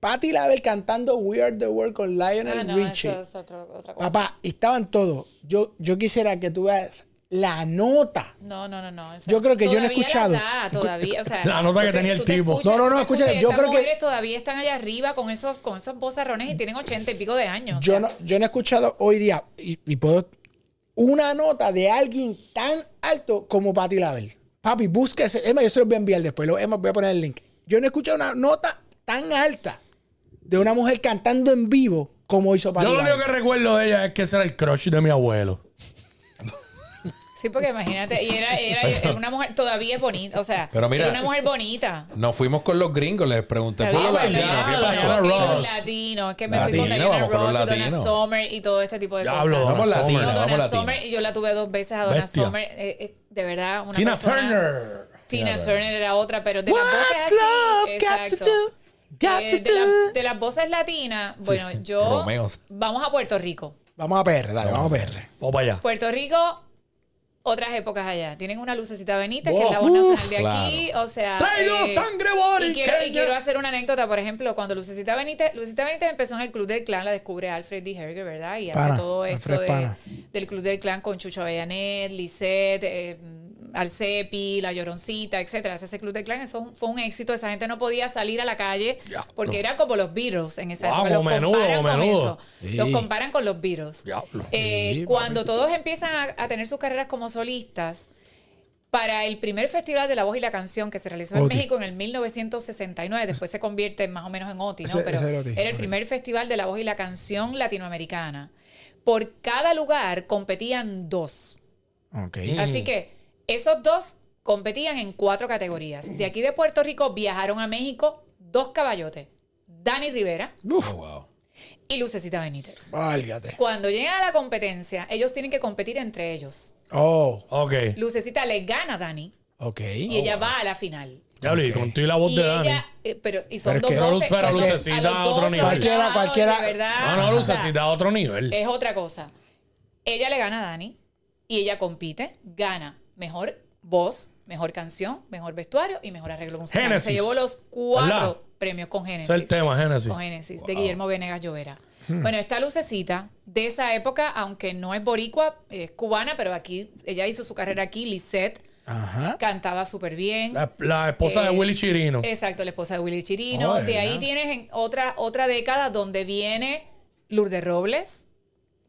Patti Label cantando We Are the World con Lionel
Ah, no,
Richie.
eso es otra- otra cosa.
Papá, estaban todos. Yo, yo quisiera que tú veas la nota.
No, no, no, no. o sea,
Yo creo que yo no he
todavía
escuchado.
las da, todavía,
*laughs*
o sea,
La nota
tú
que
te-
tenía el
tú te
tipo.
escuchas-
No, no, no,
tú te
escúchate,
escuchas,
yo
estas
creo que-
mujeres todavía están allá arriba con esos, con esos bozarrones y tienen ochenta y pico de años. o
Yo
sea,
no, yo no he escuchado hoy día, y, y puedo, una nota de alguien tan alto como Patti Label. Papi, búsquese. Emma, yo se los voy a enviar después. Lo, Emma, voy a poner el link. Yo no he escuchado una nota tan alta de una mujer cantando en vivo como hizo Patti
Yo lo
Label.
único que recuerdo de ella es que ese era el crush de mi abuelo.
Sí, porque imagínate, y era, era, era una mujer, todavía es bonita, o sea,
Pero mira-
era una mujer bonita.
Nos fuimos con los gringos, les pregunté
Está
por
bien,
los
bueno,
latinos, ¿qué
ya,
pasó?
ya,
Diana
porque
Ross.
los latinos, que me fui con
Latino,
Diana
vamos con los
Ross, Donna
latinos.
Summer y todo este tipo de
Diablo,
cosas.
Vamos
Donna
latinos,
Summer.
No, Donna
vamos latinos.
Summer, y yo la tuve dos veces a Donna
Bestia.
Summer. eh, eh, de verdad, una
Tina
persona-
Turner.
Tina
Tina
Turner era otra, pero de las voces así, exacto. Eh, de, la- de las voces latinas,
*laughs*
bueno, yo...
Romeos.
Vamos a Puerto Rico.
Vamos a PR, dale, vamos a PR.
Vamos para allá.
Puerto Rico, otras épocas allá. Tienen una lucecita benita, que
Wow.
es la voz nacional
Uf,
de aquí. O sea. eh,
Traigo sangre
Pues, y quiero, y
boricua.
quiero hacer una anécdota, por ejemplo, cuando Lucecita Benítez, Lucecita Benítez empezó en el Club del Clan, la descubre Alfred D. Herger, ¿verdad? Y
Pana,
hace todo esto
Alfred
de-
Pana.
del Club del Clan con Chucho Avellanet, Lisette, eh, Alcepi, La Lloroncita, etcétera. Hace ese Club del Clan, eso fue un éxito. Esa gente no podía salir a la calle porque era como los virus en esa
Wow,
época. Los
menudo,
comparan con
menudo.
eso. Los comparan con los virus. Eh,
Sí,
cuando todos empiezan a, a tener sus carreras como solistas, para el primer festival de la voz y la canción que se realizó en
Oti.
México en el 1969, después se convierte en más o menos en OTI, ¿no?
Ese-
Pero
ese era Oti.
era el primer festival de la voz y la canción latinoamericana. Por cada lugar competían dos.
Ok.
Así que esos dos competían en cuatro categorías. De aquí de Puerto Rico viajaron a México dos caballotes, Dani Rivera
Uf,
Oh, wow.
y Lucecita Benítez.
válgate.
Cuando llegan a la competencia, ellos tienen que competir entre ellos.
Oh,
Ok.
Lucecita le gana a Dani
ok.
y ella va a la final.
Ya hablé, contigo y la voz
Y
de Dani.
ella, eh, pero y son
Pero
dos
es que-
voces,
Pero
son dos-
Lucecita
a los
a
dos
otro
los
nivel.
Cualquiera,
ganaron,
cualquiera.
de verdad.
Ah, No, no,
O sea,
Lucecita a otro nivel.
Es otra cosa. Ella le gana a Dani y ella compite, gana mejor voz, mejor canción, mejor vestuario y mejor arreglo musical.
Génesis.
Se llevó los cuatro
¿Verdad?
premios con Génesis.
Ese es el tema, Génesis.
Con Génesis, de Guillermo Venegas Llovera.
Hmm.
Bueno, esta lucecita de esa época, aunque no es boricua, es cubana, pero aquí ella hizo su carrera aquí, Lisette,
Ajá.
cantaba súper bien.
La, la esposa de
Eh,
Willy Chirino.
Exacto, la esposa de Willy Chirino.
Oh, de
de ahí
verdad.
tienes en otra, otra década donde viene Lourdes Robles,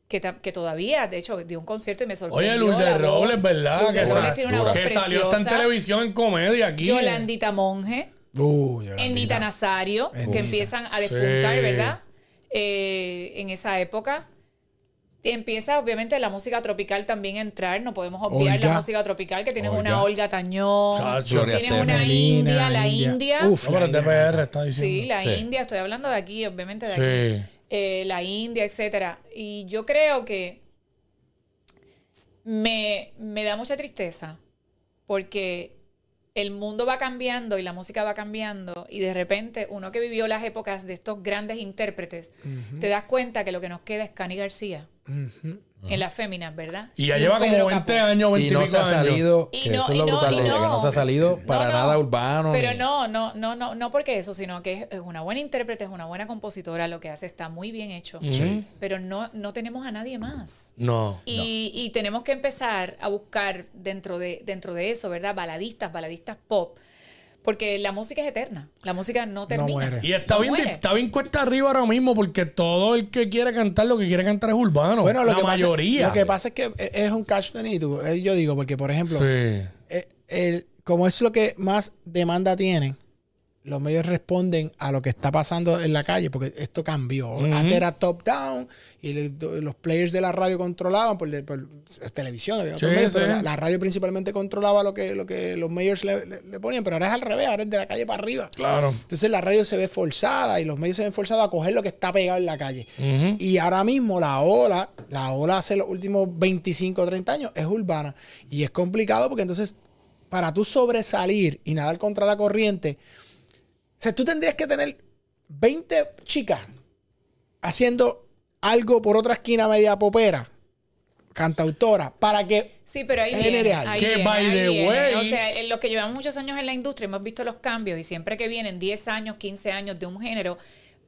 que, ta- que todavía, de hecho, dio un concierto y me sorprendió.
Oye,
la
Lourdes
voz.
Robles, ¿verdad?
Lourdes
que
Robles
sa-
tiene una
dura.
voz
que salió hasta
preciosa.
en televisión, en comedia aquí.
Yolandita Monge,
Uh, Yolandita.
Endita Nazario, que empiezan a despuntar,
Sí.
¿verdad? Eh, en esa época. Y Empieza, obviamente, la música tropical también a entrar. No podemos obviar
Olga.
la música tropical, que tienes
Olga.
una Olga Tañón,
Chacho.
Gloria
Ah, tienes
Estefan.
una
Melina,
India, la
India.
India.
Uf,
No, pero
La
TPR
India
está
Sí,
diciendo.
la
Sí.
India, estoy hablando de aquí, obviamente de aquí.
Sí.
Eh, la India, etcétera. Y yo creo que me, me da mucha tristeza porque el mundo va cambiando y la música va cambiando y de repente uno que vivió las épocas de estos grandes intérpretes, te das cuenta que lo que nos queda es Cani García
Ujú.
en las féminas, ¿verdad?
Y ya
un
lleva
Pedro
como 20
Capó.
años, 20
Y no se ha salido,
Y
que
no,
eso es
y
lo
no,
brutal
y
de ella, que no se ha salido
No,
para
no.
nada urbano.
Pero
ni-
no, no, no, no, no porque eso, sino que es- es una buena intérprete, es una buena compositora, lo que hace está muy bien hecho.
Sí.
Pero no, no tenemos a nadie más.
No.
Y, y tenemos que empezar a buscar dentro de, dentro de eso, ¿verdad? Baladistas, baladistas pop. Porque la música es eterna. La música no termina.
muere.
Y está
No
bien,
muere.
está bien cuesta arriba ahora mismo porque todo el que quiere cantar lo que quiere cantar es urbano.
Bueno, lo
la
que pasa-
mayoría.
lo que pasa es que e, es- es un catch 22. Eh, Yo digo, porque por ejemplo,
Sí.
eh, el- como es lo que más demanda tienen, los medios responden a lo que está pasando en la calle, porque esto cambió. Antes era top-down y le- los players de la radio controlaban por, le- por televisión, había otros
Sí,
medios, pero
sí.
la, la radio principalmente controlaba lo que, lo que los mayors le, le- le ponían, pero ahora es al revés, ahora es de la calle para arriba.
Claro.
Entonces la radio se ve forzada y los medios se ven forzados a coger lo que está pegado en la calle.
Ujú.
Y ahora mismo la ola, la ola hace los últimos 25 o 30 años, es urbana. Y es complicado porque entonces, para tú sobresalir y nadar contra la corriente, o sea, tú tendrías que tener 20 chicas haciendo algo por otra esquina media popera, cantautora, para que...
Sí, pero ahí
Es
viene,
general.
ahí
Que
viene,
by
ahí
the
viene.
way-
O sea, en los que llevamos muchos años en la industria hemos visto los cambios y siempre que vienen 10 años, 15 años de un género,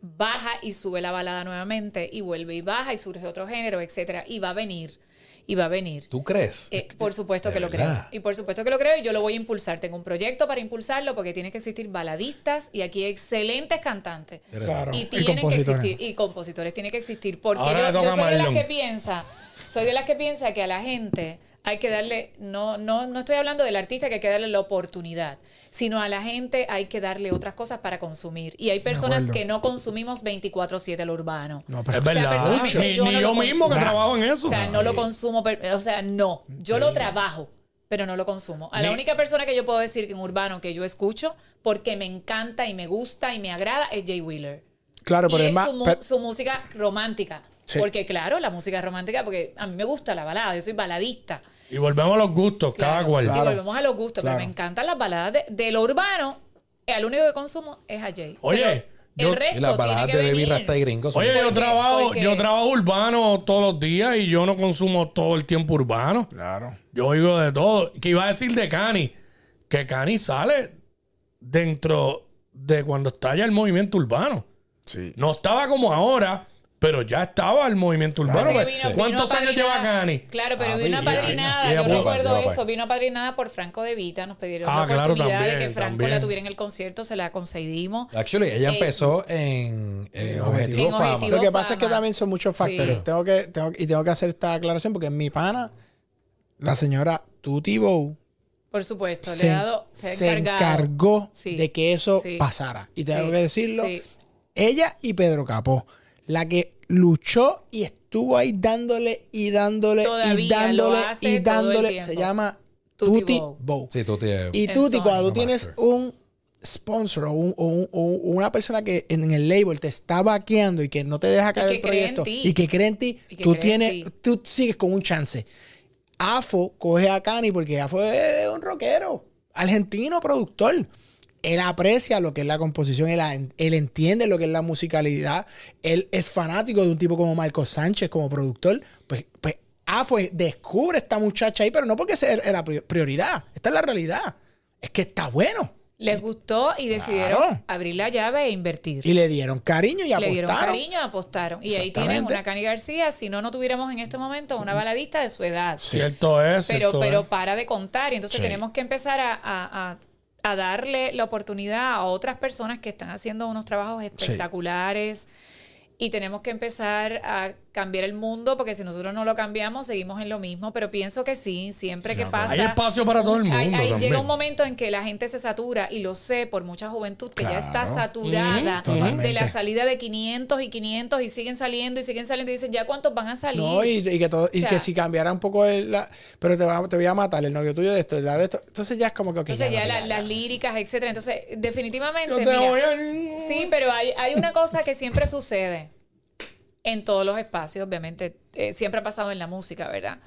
baja y sube la balada nuevamente y vuelve y baja y surge otro género, etcétera, y va a venir. Y va a venir.
¿Tú crees?
Eh, por supuesto
de
que lo creo.
verdad.
Y por supuesto que lo creo y yo lo voy a impulsar. Tengo un proyecto para impulsarlo porque tiene que existir baladistas y aquí hay excelentes cantantes.
Claro.
Y
Y
tienen que
compositores.
existir. Y compositores tienen que existir. Porque
Ahora
yo,
le
yo
toca a
soy de las
Marlon.
que piensa, soy de las que piensa que a la gente hay que darle, no, no, no estoy hablando del artista que hay que darle la oportunidad, sino a la gente hay que darle otras cosas para consumir. Y hay personas
acuerdo.
que no consumimos 24-7 lo urbano.
No, pero-
Es
sea,
verdad.
personas que
ni
yo
ni
no
yo,
lo
mismo que
consumo.
trabajo en eso.
O sea, no lo consumo, per- o sea, no. Yo lo trabajo, pero no lo consumo. A la
Ni-
única persona que yo puedo decir que en urbano que yo escucho, porque me encanta y me gusta y me agrada, es Jay Wheeler.
Claro, pero
y
es
es
más.
su, mu-
pero-
su música romántica.
Sí.
Porque claro, la música romántica, porque a mí me gusta la balada, yo soy baladista.
Y volvemos a los gustos, cada
Claro.
cual.
Claro.
Y volvemos a los gustos,
Claro.
pero me encantan las baladas de, de lo urbano. El único que consumo es a Jay.
Oye,
Pero
yo-
el resto
Y las baladas
tiene que
de Baby
venir.
Rasta y Gringo. son-
Oye, yo
¿Por qué?
trabajo,
Porque-
yo trabajo urbano todos los días y yo no consumo todo el tiempo urbano.
Claro.
Yo oigo de todo. Que iba a decir de Cani, que Cani sale dentro de cuando está ya el movimiento urbano.
Sí.
No estaba como ahora, pero ya estaba el movimiento
Así
urbano. Pues,
que vino- vino
¿Cuántos años
apadrinada.
lleva Cani?
Claro, pero
Ah,
vino
pues, ya,
apadrinada.
ya, ya,
Yo
ya,
recuerdo
ya, ya,
eso.
ya.
Vino apadrinada por Franco De Vita. Nos pidieron
Ah,
la
claro,
oportunidad de
también,
que Franco
también.
la tuviera en el concierto. Se la concedimos.
Actually, ella
Eh,
empezó en, en Objetivo
en
Fama.
Objetivo.
Lo que pasa es que
fama.
también son muchos factores.
Sí.
Tengo que, tengo, y tengo que hacer esta aclaración porque mi pana, la señora Tuti Bow,
Por supuesto,
se,
le ha dado. Se, ha
se
encargado.
encargó
Sí.
de que eso
Sí.
pasara. Y tengo
Sí.
que decirlo,
Sí.
ella y Pedro Capó, la que luchó y estuvo ahí dándole y dándole y
Todavía
dándole
lo hace
y
todo el
dándole.
tiempo.
Se llama
Tuti
Tuti
Bow.
Bow.
Sí, tú tienes.
Y
El
tú, ti-
Sony.
cuando tú
No
tienes
master.
un sponsor o, un- o un- o un- una persona que en el label te está vaqueando y que no te deja caer
que
el
cree en
proyecto
ti.
y que cree en ti,
Y que
tú,
cree en
tienes,
ti.
tú sigues con un chance. AFO coge a Cani porque AFO es un rockero, argentino, productor. Él aprecia lo que es la composición, él, él entiende lo que es la musicalidad, él es fanático de un tipo como Marco Sánchez como productor. Pues, pues AFO descubre esta muchacha ahí, pero no porque sea- era pri- prioridad, esta es la realidad. Es que está bueno.
Les gustó y decidieron
Claro.
abrir la llave e invertir.
Y le dieron cariño y
le dieron
apostaron.
cariño, apostaron. Y ahí tienen
Exactamente.
una Cani García. Si no, no tuviéramos en este momento una baladista de su edad.
Cierto es,
pero,
cierto
pero
es.
para de contar. Y entonces
Sí.
tenemos que empezar a, a- a- a darle la oportunidad a otras personas que están haciendo unos trabajos espectaculares. Y tenemos que empezar a cambiar el mundo, porque si nosotros no lo cambiamos, seguimos en lo mismo. Pero pienso que sí, siempre que pasa.
pues. Hay espacio para todo el
Hay-
mundo
hay-
también.
llega un momento en que la gente se satura, y lo sé por mucha juventud que ya está
Claro.
saturada
Ujú, totalmente.
de la salida de 500 y 500 y siguen saliendo y siguen saliendo y dicen, ¿ya cuántos van a salir?
No, y, y que todo, y
O sea-
que si cambiara un poco el, la- pero te, va- te voy a matar el novio tuyo de esto, el de esto. Entonces ya es como que ok,
Entonces ya
no,
la-
ya,
las líricas, etcétera. Entonces, definitivamente,
Yo te
mira,
voy a-
sí, pero hay, hay una cosa que siempre sucede en todos los espacios, obviamente, eh, siempre ha pasado en la música, ¿verdad?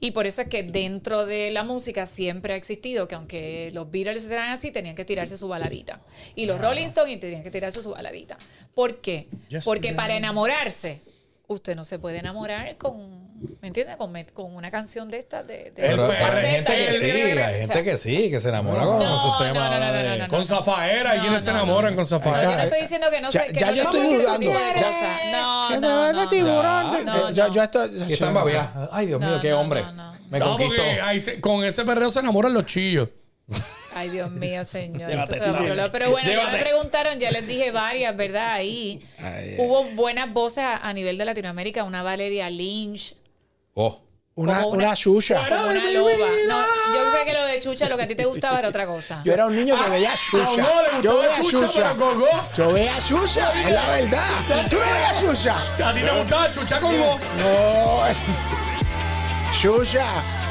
Y por eso es que dentro de la música siempre ha existido que aunque los Beatles eran así, tenían que tirarse su baladita. Y los Rolling Stones tenían que tirarse su baladita. ¿Por qué?
Yes,
Porque
yeah.
para enamorarse, usted no se puede enamorar con, ¿me entiende? Con, me- con una canción de estas de... de
Pero,
El
pero hay
perreo.
gente que sí,
O sea,
hay gente que sí, que se enamora con
No,
sus
no,
temas.
no, no, no, no,
de-
no, no.
Con Zafaera, hay
No,
quienes se
no,
enamoran con
No, yo
Zafaera?
no estoy diciendo que no
Ya-
sé. que
ya
no
yo
le
estoy
guste ese
dudando.
tipo de
Ya-
cosas. No,
Que
no,
te
no,
van a
no.
tiburón.
No,
Yo-
no.
yo- yo esto-
Y están
yo-
babeadas. Ay, Dios mío,
No,
qué
no,
hombre.
no, no.
Me
No,
conquistó.
porque ahí se- con ese perreo se enamoran los chillos.
Ay, Dios mío, señor.
Llévate,
Esto se va a
llévate.
volar. Pero bueno, ya
Llévate.
me preguntaron, ya les dije varias, ¿verdad? Ahí
Ay,
hubo buenas voces a, a nivel de Latinoamérica. Una Valeria Lynch,
Oh.
Una,
Como
una,
una-
chucha.
como
Ay,
una
mi
loba.
vida.
No, yo sé que lo de Chucha, lo que a ti te gustaba era otra cosa.
Yo era un niño que
Ah,
veía
Gogó,
chucha.
le gustaba
Yo veía
Chucha,
chucha.
pero Gogó.
Yo veía chucha, es la verdad. ¿Tú no veías chucha?
¿A ti te gustaba chucha con go?
No. *laughs* Xuxa.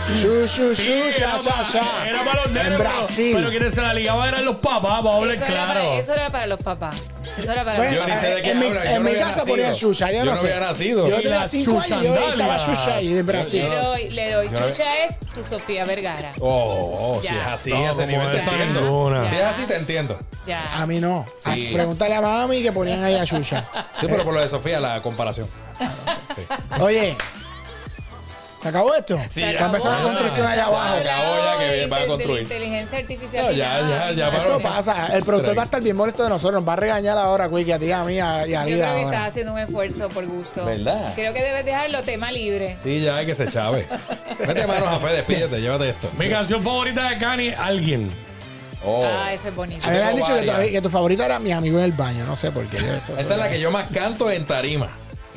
Xu, xu, xuxa, xa, xa.
Era para los
En
negros.
Brasil.
Pero quienes se la ligaban eran los papás, para hablar
eso, era para,
claro.
eso era para los papás. Eso era para
Bueno,
Yo
los
ni sé de
papás.
qué
en mi,
hablas,
en
yo no
mi
había
casa
nacido.
ponían Xuxa, yo,
Yo
no,
no
sé.
había nacido.
Yo
Y
tenía
las
5 años y yo estaba
chuchandalias.
Xuxa ahí de Brasil.
Yo- yo-
Leroy, Leroy,
Yo no-
Chucha es tu Sofía Vergara.
Oh, oh, si
Ya.
es así,
No,
a ese
como
nivel te
esa
entiendo.
ninguna.
Si es así, te entiendo.
Ya.
A mí no. A-
Sí.
Pregúntale a mami que ponían ahí a
*laughs*
Xuxa.
Sí, pero por lo de Sofía, la comparación. Sí.
Oye, ¿se acabó esto?
Sí,
Se
ya.
Va a empezar la
acabó.
construcción allá
Se ha
abajo.
Acabó ya que
hablado de
van a
inte- de la
construir.
Inteligencia artificial.
No,
y
ya,
nada,
ya,
y
ya,
nada.
Esto
Cabrón.
pasa. El productor
Tranqui.
va a estar bien molesto de nosotros. Nos va a regañar ahora, Quickie, a ti, a mí a- y a
Yo
Lida
creo que estás
ahora.
haciendo un esfuerzo por gusto.
¿Verdad?
Creo que debes dejarlo tema libre.
Sí, ya hay que se chave. Mete manos a fe, despídete, llévate esto.
Mi canción favorita de Cani, Alguien.
Oh.
Ah, ese es bonito.
A mí me han
tengo
dicho que tu,
varias.
que tu favorito era mi amigo en el baño. No sé por qué. Eso-
Esa es la que yo más canto en tarima.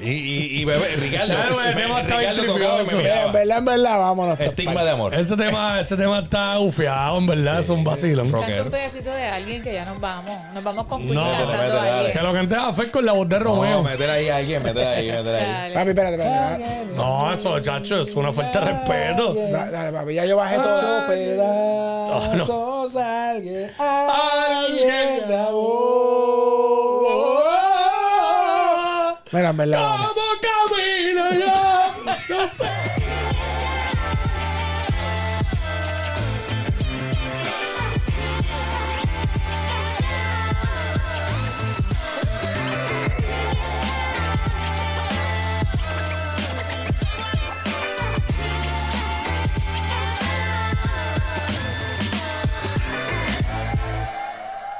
Y, y, y bebé, Ricardo.
Claro, bebé,
me-
tema está bien
Ricardo tocaba y me
tripioso.
En
miraba.
verdad, en verdad, vámonos.
Estigma de amor.
Ese tema, ese tema está ufeado, en verdad, es un vacilón.
Rock.
Canta
Rockero.
un pedacito de alguien que ya nos vamos. Nos vamos con
No,
Queen
métele,
cantando
dale.
ahí.
Que lo canté a Fer con la voz de
No,
Romeo.
meter ahí a alguien, meter ahí, meter ahí.
Dale.
Papi, espérate, espérate.
No, eso, chacho, es una falta de respeto.
Dale, dale, papi, ya yo bajé todo.
No, no.
Sos alguien.
Ah. Alguien de amor.
Mira, en verdad, vámonos.
¿Cómo camino yo? No sé.